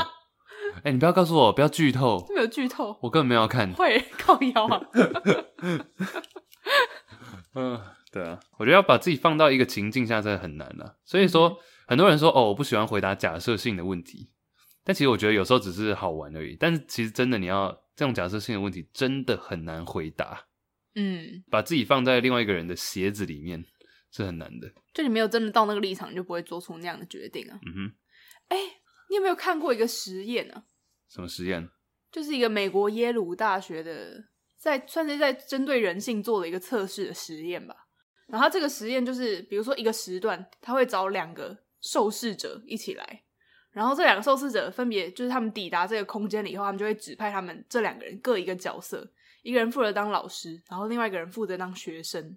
Speaker 1: 哎、你不要告诉我，不要剧透，
Speaker 2: 没有剧透，
Speaker 1: 我根本没有要看，
Speaker 2: 坏人靠腰啊！
Speaker 1: 嗯，对啊，我觉得要把自己放到一个情境下真的很难了、所以
Speaker 2: 嗯
Speaker 1: 说，很多人说哦，我不喜欢回答假设性的问题，但其实我觉得有时候只是好玩而已。但是其实真的你要这种假设性的问题，真的很难回答。
Speaker 2: 嗯，
Speaker 1: 把自己放在另外一个人的鞋子里面是很难的。
Speaker 2: 就你没有真的到那个立场，你就不会做出那样的决定啊。
Speaker 1: 嗯哼，
Speaker 2: 哎、你有没有看过一个实验啊？
Speaker 1: 什么实验？
Speaker 2: 就是一个美国耶鲁大学的，在算是在针对人性做了一个测试的实验吧。然后它这个实验就是，比如说一个时段，他会找两个受试者一起来，然后这两个受试者分别就是他们抵达这个空间了以后，他们就会指派他们这两个人各一个角色，一个人负责当老师，然后另外一个人负责当学生。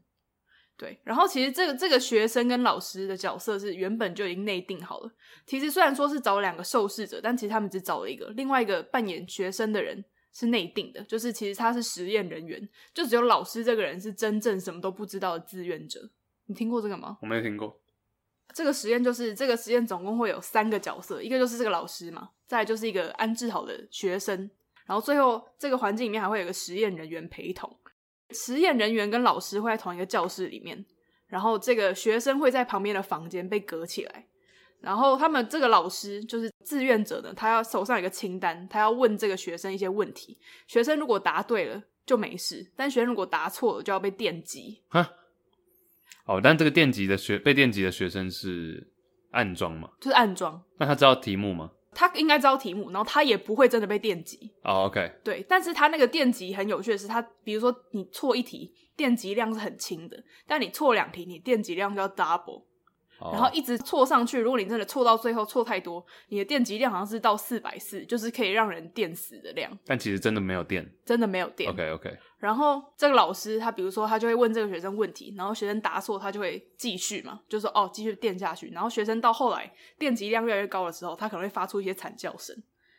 Speaker 2: 对，然后其实这个这个学生跟老师的角色是原本就已经内定好了，其实虽然说是找两个受试者，但其实他们只找了一个，另外一个扮演学生的人是内定的，就是其实他是实验人员，就只有老师这个人是真正什么都不知道的志愿者。你听过这个吗？
Speaker 1: 我没有听过。
Speaker 2: 这个实验就是这个实验总共会有三个角色，一个就是这个老师嘛，再来就是一个安置好的学生，然后最后这个环境里面还会有一个实验人员陪同。实验人员跟老师会在同一个教室里面，然后这个学生会在旁边的房间被隔起来。然后他们这个老师就是志愿者呢，他要手上有一个清单，他要问这个学生一些问题。学生如果答对了就没事，但学生如果答错了就要被电击。
Speaker 1: 哦，但这个电击的学被电击的学生是暗装嘛？
Speaker 2: 就是暗装。
Speaker 1: 那他知道题目吗？
Speaker 2: 他应该知道题目，然后他也不会真的被电击。
Speaker 1: 哦，OK，
Speaker 2: 对，但是他那个电极很有趣的是，他比如说你错一题，电极量是很轻的，但你错两题，你电极量就要 double，、
Speaker 1: 哦
Speaker 2: 然后一直错上去。如果你真的错到最后错太多，你的电极量好像是到四百四，就是可以让人电死的量，
Speaker 1: 但其实真的没有电。
Speaker 2: 真的没有电。
Speaker 1: OK OK，
Speaker 2: 然后这个老师他比如说他就会问这个学生问题，然后学生答错，他就会继续嘛，就说哦继续电下去。然后学生到后来电极量越来越高的时候，他可能会发出一些惨叫声，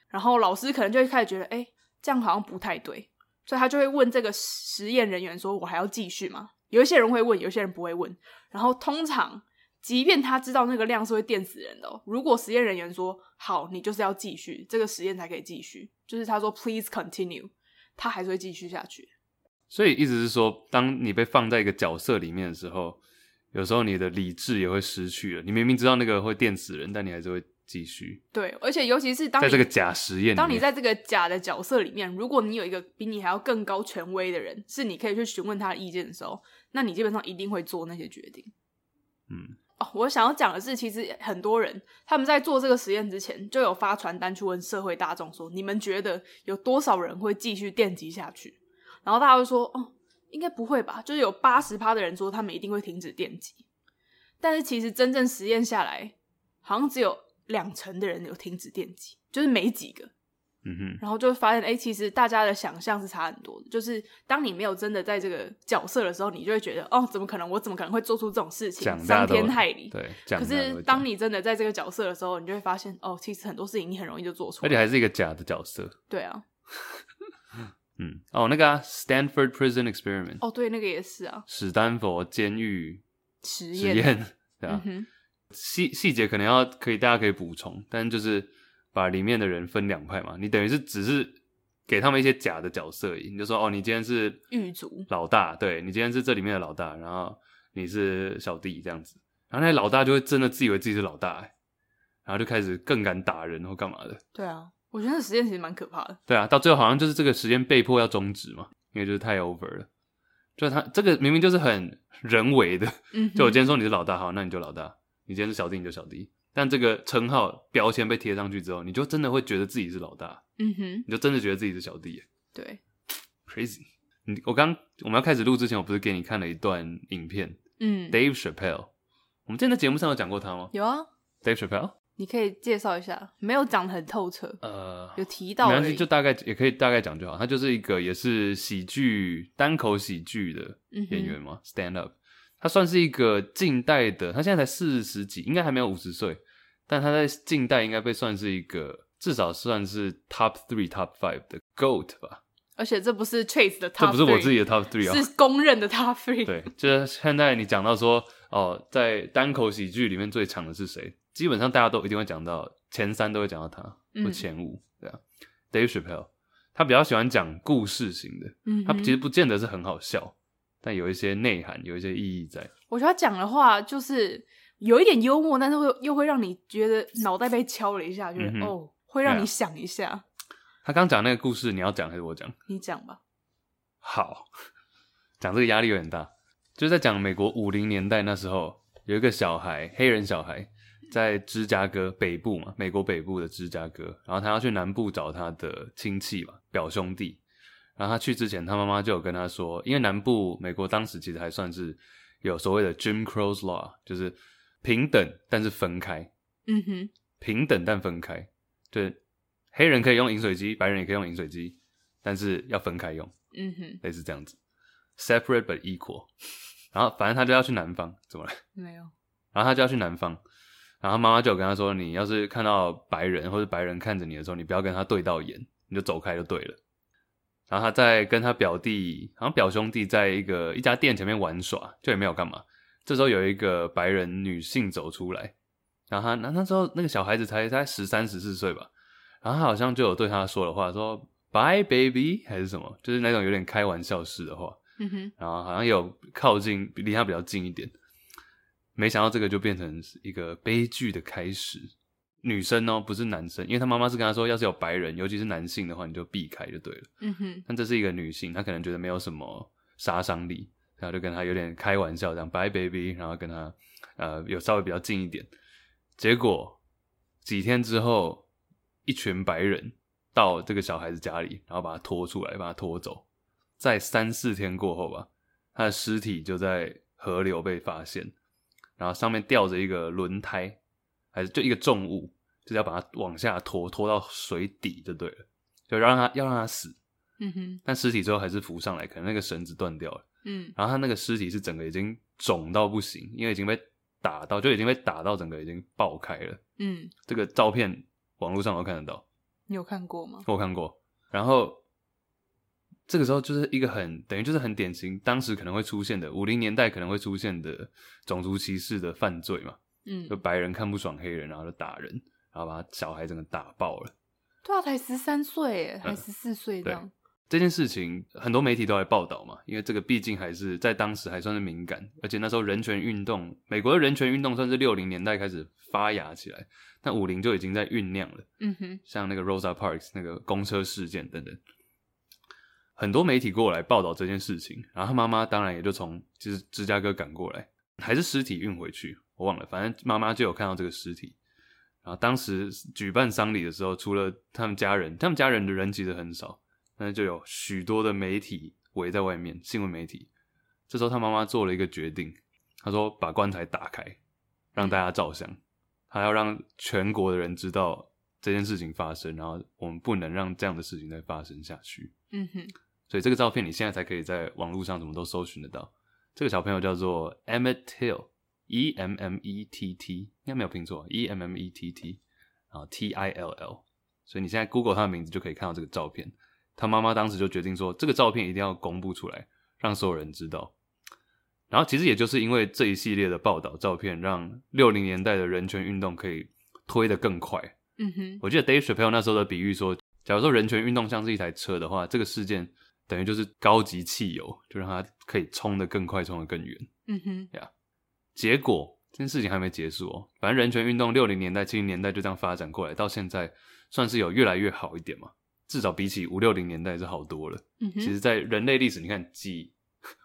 Speaker 2: 然后老师可能就会开始觉得，哎，这样好像不太对，所以他就会问这个实验人员说，我还要继续吗？有一些人会问，有一些人不会问。然后通常，即便他知道那个量是会电死人的、哦，如果实验人员说好，你就是要继续，这个实验才可以继续，就是他说 please continue，他还是会继续下去。
Speaker 1: 所以意思是说，当你被放在一个角色里面的时候，有时候你的理智也会失去了。你明明知道那个会电死人，但你还是会继续
Speaker 2: 对，而且尤其是当
Speaker 1: 在
Speaker 2: 你
Speaker 1: 这个假实验里面。
Speaker 2: 当你在这个假的角色里面，如果你有一个比你还要更高权威的人，是你可以去询问他的意见的时候，那你基本上一定会做那些决定。
Speaker 1: 嗯，
Speaker 2: 哦，我想要讲的是，其实很多人他们在做这个实验之前，就有发传单去问社会大众说，你们觉得有多少人会继续电击下去？然后大家会说，哦，应该不会吧？就是有八十趴的人说他们一定会停止电击，但是其实真正实验下来，好像只有两成的人有停止电击，就是没几个。
Speaker 1: 嗯哼，
Speaker 2: 然后就发现，哎、其实大家的想象是差很多的。就是当你没有真的在这个角色的时候，你就会觉得，哦，怎么可能？我怎么可能会做出这种事情，
Speaker 1: 讲大
Speaker 2: 伤
Speaker 1: 都
Speaker 2: 天害理？
Speaker 1: 对，讲
Speaker 2: 可
Speaker 1: 大都
Speaker 2: 是
Speaker 1: 会
Speaker 2: 当
Speaker 1: 讲
Speaker 2: 你真的在这个角色的时候，你就会发现，哦，其实很多事情你很容易就做出
Speaker 1: 而且
Speaker 2: 来。
Speaker 1: 还是一个假的角色，
Speaker 2: 对啊，
Speaker 1: 嗯，哦，那个啊，Stanford Prison Experiment，、
Speaker 2: 哦，对，那个也是啊，
Speaker 1: 史丹佛监狱
Speaker 2: 实
Speaker 1: 实
Speaker 2: 验。
Speaker 1: 验， 对
Speaker 2: 嗯
Speaker 1: 啊，
Speaker 2: 哼，
Speaker 1: 细细节可能要可以大家可以补充，但就是把里面的人分两派嘛，你等于是只是给他们一些假的角色而已，你就说哦，你今天是
Speaker 2: 狱卒
Speaker 1: 老大，对你今天是这里面的老大，然后你是小弟这样子，然后那些老大就会真的自以为自己是老大、欸然后就开始更敢打人或干嘛的，
Speaker 2: 对啊，我觉得那实验其实蛮可怕的。
Speaker 1: 对啊，到最后好像就是这个时间被迫要终止嘛，因为就是太 over 了。就是他这个明明就是很人为的，
Speaker 2: 嗯哼，
Speaker 1: 就我今天说你是老大，好，那你就老大；你今天是小弟，你就小弟。但这个称号标签被贴上去之后，你就真的会觉得自己是老大，
Speaker 2: 嗯哼，
Speaker 1: 你就真的觉得自己是小弟耶
Speaker 2: 对，
Speaker 1: ，crazy。你我刚我们要开始录之前，我不是给你看了一段影片
Speaker 2: 嗯，
Speaker 1: ，Dave Chappelle。我们之前在节目上有讲过他吗
Speaker 2: 有啊，
Speaker 1: ？Dave Chappelle，
Speaker 2: 你可以介绍一下，没有讲得很透彻，
Speaker 1: 呃，
Speaker 2: 有提
Speaker 1: 没
Speaker 2: 到而
Speaker 1: 关系，
Speaker 2: 已。
Speaker 1: 就大概也可以大概讲就好。他就是一个也是喜剧单口喜剧的
Speaker 2: 嗯哼
Speaker 1: 演员嘛、s t a n d up。他算是一个近代的，他现在才四十几，应该还没有五十岁，但他在近代应该被算是一个至少算是 top three、top five 的 goat 吧。
Speaker 2: 而且这不是 Chase 的 top，
Speaker 1: 这不是我自己
Speaker 2: three，
Speaker 1: 的 top three 啊，
Speaker 2: 是公认的 top three。
Speaker 1: 对，就是现在你讲到说，哦，在单口喜剧里面最强的是谁？基本上大家都一定会讲到前三，都会讲到他，或
Speaker 2: 嗯
Speaker 1: 前五，对啊。Dave Chappelle，他比较喜欢讲故事型的，
Speaker 2: 嗯
Speaker 1: 他
Speaker 2: 哼
Speaker 1: 其实不见得是很好笑，但有一些内涵，有一些意义在。
Speaker 2: 我觉得他讲的话就是有一点幽默，但是会又会让你觉得脑袋被敲了一下，觉得、
Speaker 1: 嗯哼
Speaker 2: 哦，会让你想一下。
Speaker 1: 他刚讲那个故事，你要讲还是我讲？
Speaker 2: 你讲吧，
Speaker 1: 好，讲这个压力有点大，就是在讲美国五零年代那时候有一个小孩，黑人小孩在芝加哥北部嘛，美国北部的芝加哥，然后他要去南部找他的亲戚嘛，表兄弟。然后他去之前，他妈妈就有跟他说，因为南部美国当时其实还算是有所谓的 Jim Crow's law，就是平等但是分开，
Speaker 2: 嗯哼，
Speaker 1: 平等但分开，就是黑人可以用饮水机，白人也可以用饮水机，但是要分开用。
Speaker 2: 嗯哼，
Speaker 1: 类似这样子，separate but equal。然后反正他就要去南方，怎么了？
Speaker 2: 没有，
Speaker 1: 然后他就要去南方，然后他妈妈就有跟他说，你要是看到白人或者白人看着你的时候，你不要跟他对到眼，你就走开就对了。然后他在跟他表弟，好像表兄弟在一个一家店前面玩耍，就也没有干嘛。这时候有一个白人女性走出来，然后他那那时候那个小孩子才才十三十四岁吧，然后他好像就有对他说的话，说 “bye baby” 还是什么，就是那种有点开玩笑式的话。
Speaker 2: 嗯哼，
Speaker 1: 然后好像有靠近离他比较近一点，没想到这个就变成一个悲剧的开始。女生哦，不是男生，因为他妈妈是跟他说，要是有白人，尤其是男性的话，你就避开就对了。
Speaker 2: 嗯哼，
Speaker 1: 但这是一个女性，她可能觉得没有什么杀伤力，然后就跟她有点开玩笑这样，bye baby，然后跟她呃有稍微比较近一点。结果几天之后，一群白人到这个小孩子家里，然后把他拖出来，把他拖走。在三四天过后吧，他的尸体就在河流被发现，然后上面吊着一个轮胎，还是就一个重物，就是要把它往下拖，拖到水底就对了，就让他要让他死。
Speaker 2: 嗯哼，
Speaker 1: 但尸体最后还是浮上来，可能那个绳子断掉了。
Speaker 2: 嗯
Speaker 1: 然后他那个尸体是整个已经肿到不行，因为已经被打到，就已经被打到整个已经爆开了。
Speaker 2: 嗯，
Speaker 1: 这个照片网络上都看得到，
Speaker 2: 你有看过吗？
Speaker 1: 我看过。然后这个时候就是一个很等于就是很典型，当时可能会出现的五零年代可能会出现的种族歧视的犯罪嘛，
Speaker 2: 嗯
Speaker 1: 就，白人看不爽黑人，然后就打人，然后把小孩整个打爆了。
Speaker 2: 对啊，才十三岁耶，还
Speaker 1: 嗯
Speaker 2: 十四岁这
Speaker 1: 对
Speaker 2: 样，
Speaker 1: 这件事情，很多媒体都来报道嘛，因为这个毕竟还是在当时还算是敏感，而且那时候人权运动，美国的人权运动算是六零年代开始发芽起来，那五零就已经在酝酿了，
Speaker 2: 嗯哼，
Speaker 1: 像那个 Rosa Parks 那个公车事件等等，很多媒体过来报道这件事情，然后他妈妈当然也就从就是芝加哥赶过来，还是尸体运回去，我忘了，反正妈妈就有看到这个尸体。然后当时举办丧礼的时候，除了他们家人，他们家人的人其实很少，那就有许多的媒体围在外面，新闻媒体。这时候他妈妈做了一个决定，她说把棺材打开，让大家照相，她要让全国的人知道这件事情发生，然后我们不能让这样的事情再发生下去。
Speaker 2: 嗯哼，
Speaker 1: 所以这个照片你现在才可以在网络上什么都搜寻得到。这个小朋友叫做 Emmett Till，E M M E T T，应该没有拼错，E M M E T T，啊 T I L L。所以你现在 Google 他的名字就可以看到这个照片。他妈妈当时就决定说，这个照片一定要公布出来，让所有人知道。然后其实也就是因为这一系列的报道照片，让六零年代的人权运动可以推得更快。
Speaker 2: 嗯哼，
Speaker 1: 我记得 Dave Chappelle 那时候的比喻说，假如说人权运动像是一台车的话，这个事件等于就是高级汽油，就让它可以冲得更快，冲得更远。
Speaker 2: 嗯哼，
Speaker 1: 结果这件事情还没结束哦，反正人权运动六零年代、七零年代就这样发展过来，到现在算是有越来越好一点嘛，至少比起五六零年代是好多了。
Speaker 2: 嗯
Speaker 1: 其
Speaker 2: 哼，
Speaker 1: 实，在人类历史，你看几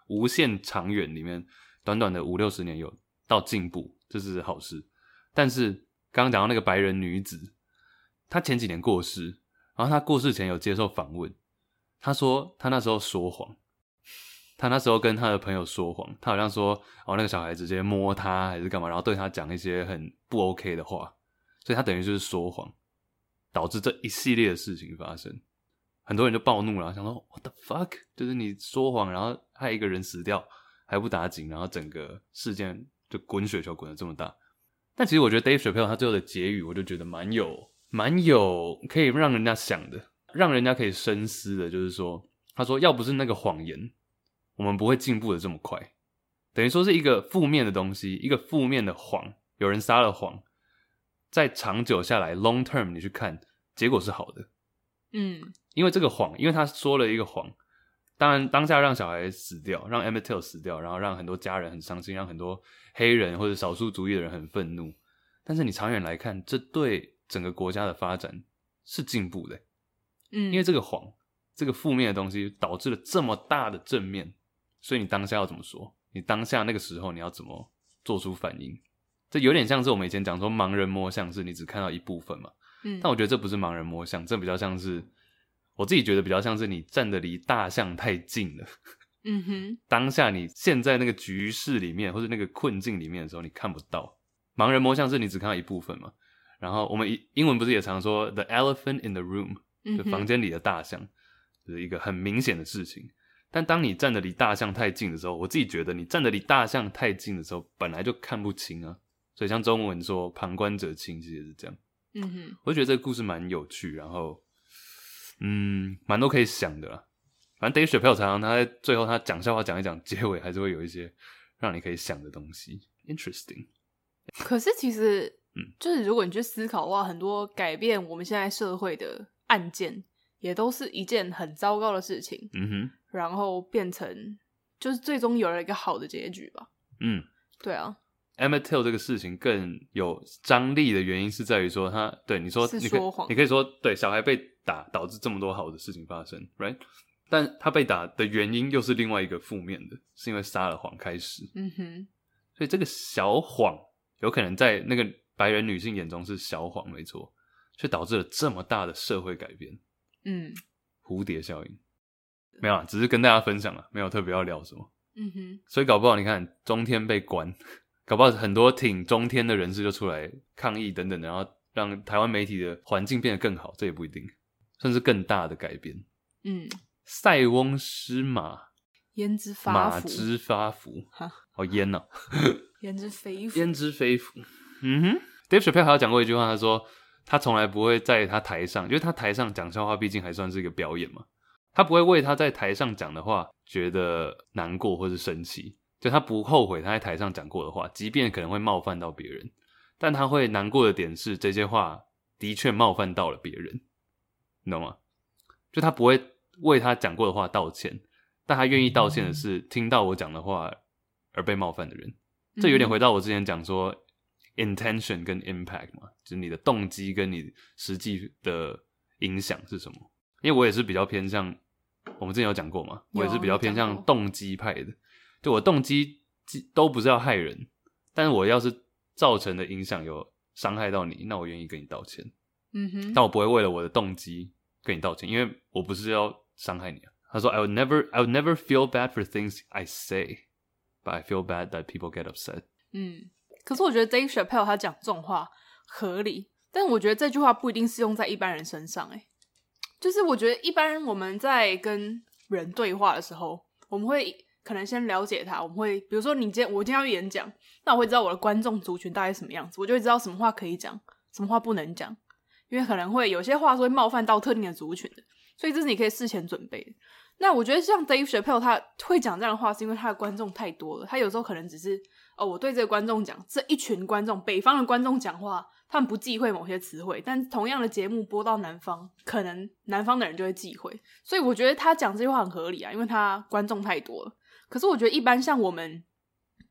Speaker 1: 无限长远里面，短短的五六十年有到进步，这是好事。但是刚刚讲到那个白人女子，她前几年过世，然后她过世前有接受访问，她说她那时候说谎，她那时候跟她的朋友说谎，她好像说哦那个小孩直接摸她还是干嘛，然后对她讲一些很不 OK 的话，所以他等于就是说谎，导致这一系列的事情发生。很多人就暴怒了，想说 What the fuck？就是你说谎，然后害一个人死掉，还不打紧，然后整个事件就滚雪球滚得这么大。但其实我觉得 Dave Chappelle 他最后的结语，我就觉得蛮有蛮有可以让人家想的，让人家可以深思的，就是说，他说要不是那个谎言，我们不会进步的这么快。等于说是一个负面的东西，一个负面的谎，有人撒了谎，在长久下来 long term 你去看，结果是好的。
Speaker 2: 嗯，
Speaker 1: 因为这个谎，因为他说了一个谎，当然当下让小孩死掉，让 Emmett Till 死掉，然后让很多家人很伤心，让很多黑人或者少数族裔的人很愤怒。但是你长远来看，这对整个国家的发展是进步的，
Speaker 2: 嗯，
Speaker 1: 因为这个谎，这个负面的东西导致了这么大的正面，所以你当下要怎么说？你当下那个时候你要怎么做出反应？这有点像是我们以前讲说盲人摸象，是你只看到一部分嘛。
Speaker 2: 嗯，
Speaker 1: 但我觉得这不是盲人摸象，这比较像是我自己觉得比较像是你站的离大象太近了。
Speaker 2: 嗯哼，
Speaker 1: 当下你陷在那个局势里面，或者那个困境里面的时候，你看不到。盲人摸象是你只看到一部分嘛。然后我们英英文不是也常说 the elephant in the room，
Speaker 2: 嗯
Speaker 1: 就
Speaker 2: 哼
Speaker 1: 房间里的大象，就是一个很明显的事情。但当你站得离大象太近的时候，我自己觉得你站得离大象太近的时候，本来就看不清啊。所以像中文说“旁观者清”，其实也是这样。
Speaker 2: 嗯哼，
Speaker 1: 我就觉得这个故事蛮有趣，然后嗯，蛮多可以想的啦。反正 Dave Chappelle 常常他在最后他讲笑话讲一讲， 结尾还是会有一些让你可以想的东西。Interesting，
Speaker 2: 可是其实
Speaker 1: 嗯，
Speaker 2: 就是如果你去思考的话，很多改变我们现在社会的案件，也都是一件很糟糕的事情，
Speaker 1: 嗯哼，
Speaker 2: 然后变成就是最终有了一个好的结局吧。
Speaker 1: 嗯
Speaker 2: 对啊，
Speaker 1: ，Emmett Till 这个事情更有张力的原因是在于说他对你说，
Speaker 2: 是
Speaker 1: 你可以
Speaker 2: 说谎
Speaker 1: 你可以说对小孩被打导致这么多好的事情发生，right？但他被打的原因又是另外一个负面的，是因为撒了谎开始。
Speaker 2: 嗯哼，
Speaker 1: 所以这个小谎有可能在那个白人女性眼中是小谎，没错，却导致了这么大的社会改变，
Speaker 2: 嗯
Speaker 1: 蝴蝶效应。没有啊，只是跟大家分享了，没有特别要聊什么。
Speaker 2: 嗯哼，
Speaker 1: 所以搞不好你看中天被关，搞不好很多挺中天的人士就出来抗议等等的，然后让台湾媒体的环境变得更好，这也不一定，甚至更大的改变。
Speaker 2: 嗯，
Speaker 1: 塞翁失马，
Speaker 2: 焉知发
Speaker 1: 马
Speaker 2: 福？
Speaker 1: 之发福
Speaker 2: 哈，
Speaker 1: 好烟哦呐、
Speaker 2: 焉知非福？
Speaker 1: 焉知非福。嗯哼，Dave Chappelle 还有讲过一句话，他说他从来不会在他台上，因为他台上讲笑话，毕竟还算是一个表演嘛，他不会为他在台上讲的话觉得难过或是生气，就他不后悔他在台上讲过的话，即便可能会冒犯到别人，但他会难过的点是这些话的确冒犯到了别人，你懂吗？就他不会为他讲过的话道歉，但他愿意道歉的是嗯听到我讲的话而被冒犯的人。这
Speaker 2: 嗯
Speaker 1: 有点回到我之前讲说 intention 跟 impact 嘛，就是你的动机跟你实际的影响是什么。因为我也是比较偏向，我们之前有讲过嘛，
Speaker 2: 有
Speaker 1: 我也是比较偏
Speaker 2: 你讲
Speaker 1: 向
Speaker 2: 过
Speaker 1: 动机派的。就我动机既都不是要害人，但是我要是造成的影响有伤害到你，那我愿意跟你道歉。
Speaker 2: 嗯哼，
Speaker 1: 但我不会为了我的动机跟你道歉，因为我不是要伤害你、啊。他说：“I would never, I would never feel bad for things I say, but I feel bad that people get upset。”
Speaker 2: 嗯，可是我觉得 Dave Chappelle 他讲这种话合理，但我觉得这句话不一定适用在一般人身上、欸。哎，就是我觉得一般人我们在跟人对话的时候，我们会可能先了解他，我们会比如说你今天我今天要演讲，那我会知道我的观众族群大概是什么样子，我就会知道什么话可以讲，什么话不能讲，因为可能会有些话是会冒犯到特定的族群的，所以这是你可以事前准备的。那我觉得像 Dave Chappelle 他会讲这样的话，是因为他的观众太多了。他有时候可能只是哦，我对这个观众讲，这一群观众，北方的观众讲话，他们不忌讳某些词汇，但同样的节目播到南方，可能南方的人就会忌讳。所以我觉得他讲这句话很合理啊，因为他观众太多了。可是我觉得一般像我们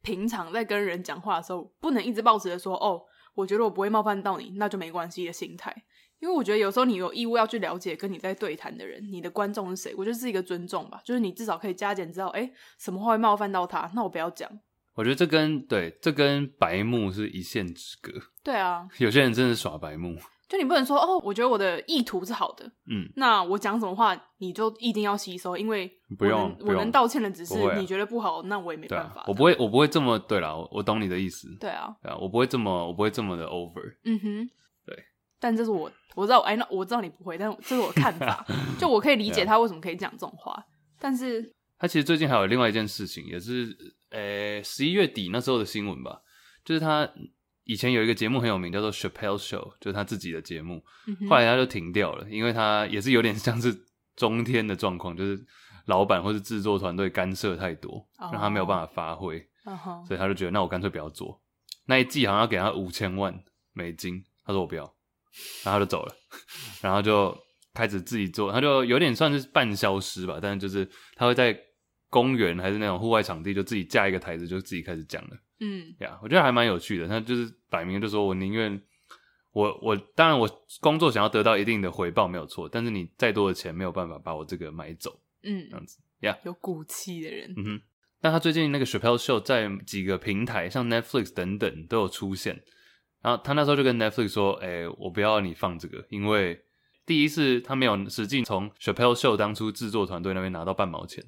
Speaker 2: 平常在跟人讲话的时候，不能一直抱持着说哦，我觉得我不会冒犯到你，那就没关系的心态。因为我觉得有时候你有义务要去了解跟你在对谈的人，你的观众是谁，我觉得是一个尊重吧。就是你至少可以加减知道，哎，什么话会冒犯到他，那我不要讲。
Speaker 1: 我觉得这跟对这跟白目是一线之隔，
Speaker 2: 对啊，
Speaker 1: 有些人真的是耍白目，
Speaker 2: 就你不能说哦，我觉得我的意图是好的，
Speaker 1: 嗯，
Speaker 2: 那我讲什么话你就一定要吸收，因为我
Speaker 1: 不用
Speaker 2: 能
Speaker 1: 不
Speaker 2: 我
Speaker 1: 用
Speaker 2: 能道歉的只是
Speaker 1: 不会啊
Speaker 2: 你觉得不好，那我也 没
Speaker 1: 对
Speaker 2: 办
Speaker 1: 啊
Speaker 2: 法。，
Speaker 1: 我不会我不会这么对啦，我我懂你的意思，
Speaker 2: 对啊，
Speaker 1: 对啊，我不会这么我不会这么的 over，
Speaker 2: 嗯哼，但这是我我知道，哎，那我知道你不会，但这是我的看 法，就我可以理
Speaker 1: 啊
Speaker 2: 解他为什么可以讲这种话，但是
Speaker 1: 他其实最近还有另外一件事情，也是呃十一月底那时候的新闻吧，就是他以前有一个节目很有名，叫做 Chappelle Show，就是他自己的节目，
Speaker 2: 嗯哼
Speaker 1: 后来他就停掉了，因为他也是有点 像是中天的状况，就是老板或是制作团队干涉太多，
Speaker 2: 哦
Speaker 1: 让他没有办法发挥，
Speaker 2: 嗯哼，
Speaker 1: 所以他就觉得那我干脆不要做。那一季好像要给他五千万美金，他说我不要，然后他就走了， 然后就开始自己做，他就有点算是半消失吧，但是就是他会在公园还是那种户外场地就自己架一个台子，就自己开始讲了。
Speaker 2: 嗯
Speaker 1: 呀我觉得还蛮有趣的。他就是摆明就说我宁愿我我当然我工作想要得到一定的回报没有错，但是你再多的钱没有办法把我这个买走。
Speaker 2: 嗯，
Speaker 1: 这样子，yeah
Speaker 2: 有骨气的人，
Speaker 1: 嗯哼，那他最近那个 Chappelle Show 在几个平台，像 Netflix 等等都有出现。然后他那时候就跟 Netflix 说：“哎、我不要你放这个，因为第一是他没有实际从 Chappelle Show 当初制作团队那边拿到半毛钱，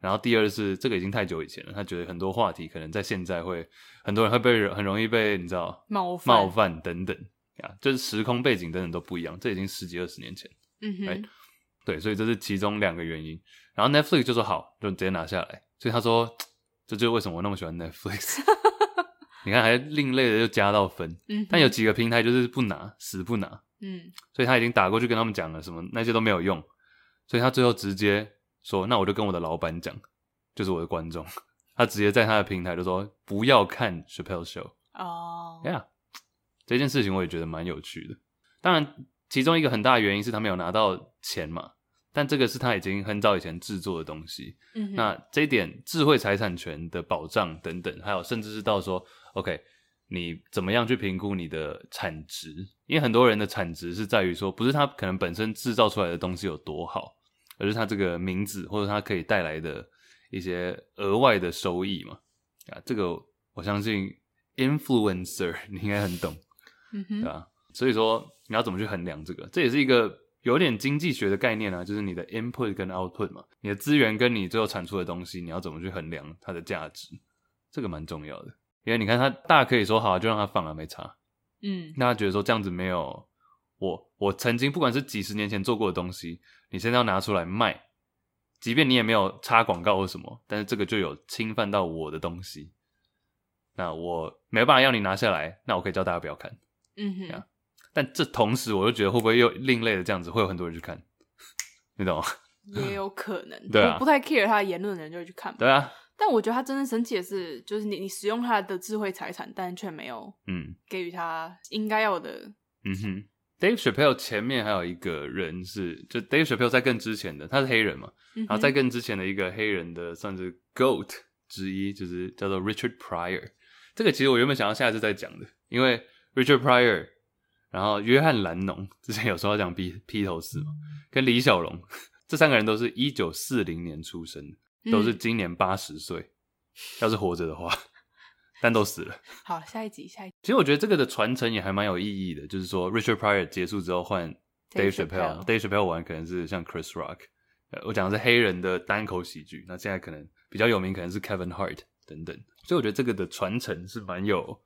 Speaker 1: 然后第二是这个已经太久以前了，他觉得很多话题可能在现在会很多人会被很容易被你知道
Speaker 2: 冒犯，
Speaker 1: 冒犯等等啊，就是时空背景等等都不一样，这已经十几二十年前。”
Speaker 2: 嗯哼，
Speaker 1: 哎对，所以这是其中两个原因。然后 Netflix 就说好，就直接拿下来。所以他说，嘖这就是为什么我那么喜欢 Netflix。你看，还另类的就加到分，
Speaker 2: 嗯哼，
Speaker 1: 但有几个平台就是不拿，死不拿。
Speaker 2: 嗯
Speaker 1: 所以他已经打过去跟他们讲了，什么那些都没有用。所以他最后直接说，那我就跟我的老板讲，就是我的观众。他直接在他的平台就说，不要看 Chappelle Show。
Speaker 2: 哦，
Speaker 1: Yeah，这件事情我也觉得蛮有趣的。当然，其中一个很大的原因是他没有拿到钱嘛，但这个是他已经很早以前制作的东西。
Speaker 2: 嗯哼，
Speaker 1: 那这一点，智慧财产权的保障等等，还有甚至是到说，OK，你怎么样去评估你的产值？因为很多人的产值是在于说，不是他可能本身制造出来的东西有多好，而是他这个名字或者他可以带来的一些额外的收益嘛。啊，这个我相信 influencer 你应该很懂。
Speaker 2: 嗯哼
Speaker 1: 对，啊吧、所以说你要怎么去衡量这个，这也是一个有点经济学的概念啊，就是你的 input 跟 output 嘛，你的资源跟你最后产出的东西，你要怎么去衡量它的价值，这个蛮重要的。因为你看他大可以说好啊、就让他放了、没差。
Speaker 2: 嗯
Speaker 1: 那他觉得说这样子没有我我曾经不管是几十年前做过的东西，你现在要拿出来卖，即便你也没有插广告或什么，但是这个就有侵犯到我的东西，那我没办法要你拿下来，那我可以叫大家不要看。
Speaker 2: 嗯哼
Speaker 1: Yeah 但这同时，我就觉得会不会又另类的这样子，会有很多人去看， 你懂吗？
Speaker 2: 也有可能，
Speaker 1: 对啊
Speaker 2: 我不太 care 他的言论的人就会去看吧。
Speaker 1: 对啊，
Speaker 2: 但我觉得他真正生气的是，就是你你使用他的智慧财产，但却没有
Speaker 1: 嗯
Speaker 2: 给予他应该要的。
Speaker 1: 嗯哼。Dave Chappelle 前面还有一个人是，就 Dave Chappelle 在更之前的，他是黑人嘛，
Speaker 2: 然
Speaker 1: 然后在更之前的一个黑人的算是 GOAT 之一，就是叫做 Richard Pryor。这个其实我原本想要下一次再讲的，因为 Richard Pryor，然后约翰兰农之前有说要讲披披头士嘛，跟李小龙 这三个人都是一九四零年出生的。都是今年八十岁，要是活着的话，但都死了。
Speaker 2: 好，下一集，下一集
Speaker 1: 其实我觉得这个的传承也还蛮有意义的，就是说 Richard Pryor 结束之后换 Dave
Speaker 2: Dave Chappelle
Speaker 1: Chappelle，Dave Chappelle 玩可能是像 Chris Rock，呃，我讲的是黑人的单口喜剧，那现在可能比较有名可能是 Kevin Hart 等等，所以我觉得这个的传承是蛮有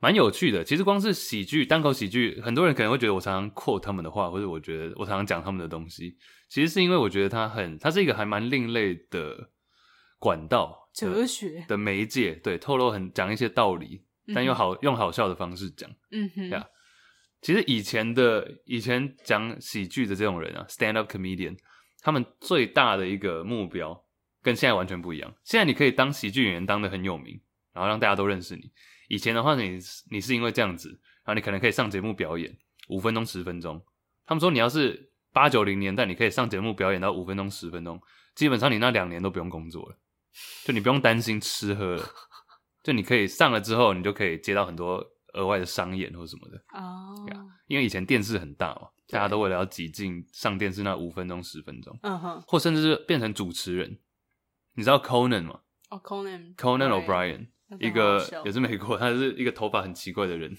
Speaker 1: 蛮有趣的。其实光是喜剧单口喜剧，很多人可能会觉得我常常 quote 他们的话，或者我觉得我常常讲他们的东西，其实是因为我觉得它很，它是一个还蛮另类的管道，
Speaker 2: 哲学。
Speaker 1: 的媒介，对，透露很讲一些道理，但又好用好笑的方式讲。
Speaker 2: 嗯哼，
Speaker 1: Yeah 其实以前的以前讲喜剧的这种人啊，stand up comedian，他们最大的一个目标跟现在完全不一样。现在你可以当喜剧演员当的很有名，然后让大家都认识你。以前的话你，你是因为这样子，然后你可能可以上节目表演五分钟、十分钟。他们说你要是八九零年代，你可以上节目表演到五分钟、十分钟，基本上你那两年都不用工作了，就你不用担心吃喝了，就你可以上了之后，你就可以接到很多额外的商演或什么的。
Speaker 2: 哦，
Speaker 1: 因为以前电视很大嘛，
Speaker 2: 对
Speaker 1: 大家都为了要挤进上电视那五分钟、十分钟，
Speaker 2: 嗯哼，
Speaker 1: 或甚至是变成主持人。你知道 Conan 吗
Speaker 2: 哦，Conan
Speaker 1: ？Conan
Speaker 2: O'Brien
Speaker 1: O'Brien，
Speaker 2: 那真
Speaker 1: 一
Speaker 2: 的好好
Speaker 1: 个
Speaker 2: 笑
Speaker 1: 也是美国，他是一个头发很奇怪的人，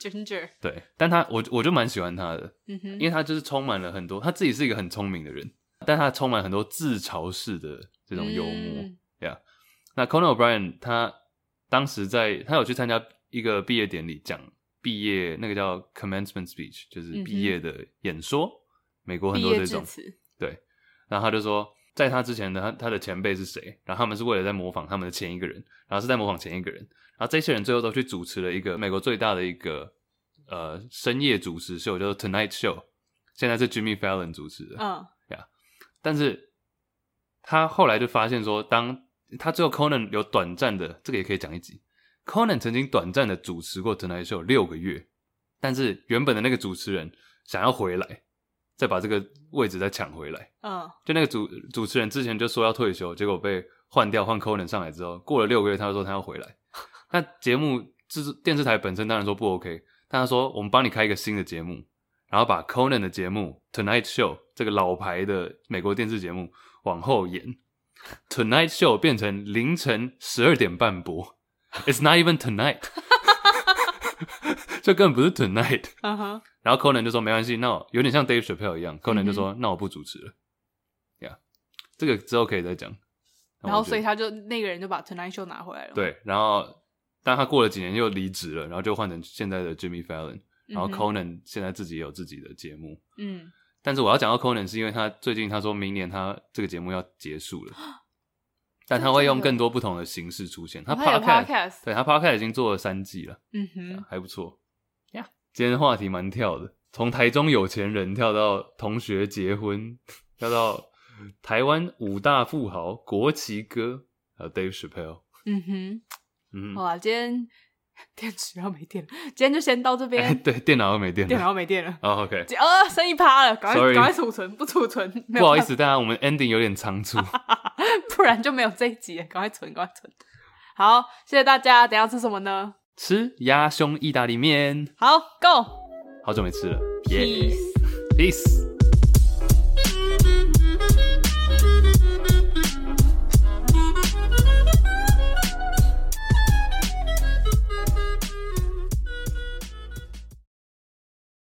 Speaker 2: Ginger，
Speaker 1: 对，但他我我就蛮喜欢他的，
Speaker 2: 嗯哼，
Speaker 1: 因为他就是充满了很多，他自己是一个很聪明的人，但他充满很多自嘲式的这种幽默。
Speaker 2: 嗯
Speaker 1: 那 Conan O'Brien 他当时在他有去参加一个毕业典礼讲，毕毕业那个叫 commencement speech，就是
Speaker 2: 嗯哼
Speaker 1: 毕业的演说，美国很
Speaker 2: 毕
Speaker 1: 多
Speaker 2: 业
Speaker 1: 这
Speaker 2: 致
Speaker 1: 种。
Speaker 2: 辞，
Speaker 1: 然后他就说，在他之前的他他的前辈是谁？然后他们是为了在模仿他们的前一个人，然后是在模仿前一个人，然后这些人最后都去主持了一个美国最大的一个呃深夜主持秀，叫做 Tonight Show，现在是 Jimmy Fallon 主持的。
Speaker 2: 嗯，
Speaker 1: 但是他后来就发现说，当他最后 Conan 有短暂的，这个也可以讲一集。Conan 曾经短暂的主持过 Tonight Show 六个月，但是原本的那个主持人想要回来，再把这个位置再抢回来。
Speaker 2: 嗯，
Speaker 1: 就那个主主持人之前就说要退休，结果被换掉，换 Conan 上来之后，过了六个月，他就说他要回来。 那节目制作电视台本身当然说不 OK，但他说我们帮你开一个新的节目，然后把 Conan 的节目 Tonight Show 这个老牌的美国电视节目往后延，Tonight Show 变成凌晨十二点半播，It's not even tonight，这根本不是 tonight。
Speaker 2: 嗯哼，
Speaker 1: 然后 Conan 就说没关系，那我有点像 Dave Chappelle 一样，Conan
Speaker 2: 嗯哼
Speaker 1: 就说、那我不主持了，呀、这个之后可以再讲。
Speaker 2: 然后
Speaker 1: 我觉
Speaker 2: 所
Speaker 1: 得
Speaker 2: 以他就那个人就把 Tonight Show 拿回来了，，
Speaker 1: 对，然后但他过了几年又离职了，然后就换成现在的 Jimmy Fallon，然后 Conan 现在自己也有自己的节目。
Speaker 2: 嗯，
Speaker 1: 但是我要讲到 Conan 是因为他最近他说明年他这个节目要结束了，但他会用更多不同的形式出现。他
Speaker 2: 还哦有
Speaker 1: podcast，
Speaker 2: Podcast，
Speaker 1: 对他 podcast 已经做了三季了。
Speaker 2: 嗯哼，
Speaker 1: 还不错。
Speaker 2: Yeah
Speaker 1: 今天的话题蛮跳的，从台中有钱人跳到同学结婚， 跳到台湾五大富豪国旗歌，还有 Dave Chappelle。
Speaker 2: 嗯哼，
Speaker 1: 嗯
Speaker 2: 好，啦，今天 电池要没电了，今天就先到这边，
Speaker 1: 哎对，电脑又没电
Speaker 2: 电脑
Speaker 1: 了。
Speaker 2: 要没电了。
Speaker 1: 哦、o k
Speaker 2: 这呃，剩一趴了，赶快
Speaker 1: Sorry
Speaker 2: 赶快储存，不 储存，没有
Speaker 1: 不好意
Speaker 2: 办法，
Speaker 1: 思，大家，我们 ending 有点仓促。
Speaker 2: 不然就没有这一集了，赶快存，赶快存。好，谢谢大家，等一下吃什么呢？
Speaker 1: 吃鸭胸意大利面，
Speaker 2: 好，Go，peace。
Speaker 1: 好久没吃了。Yeah，peace。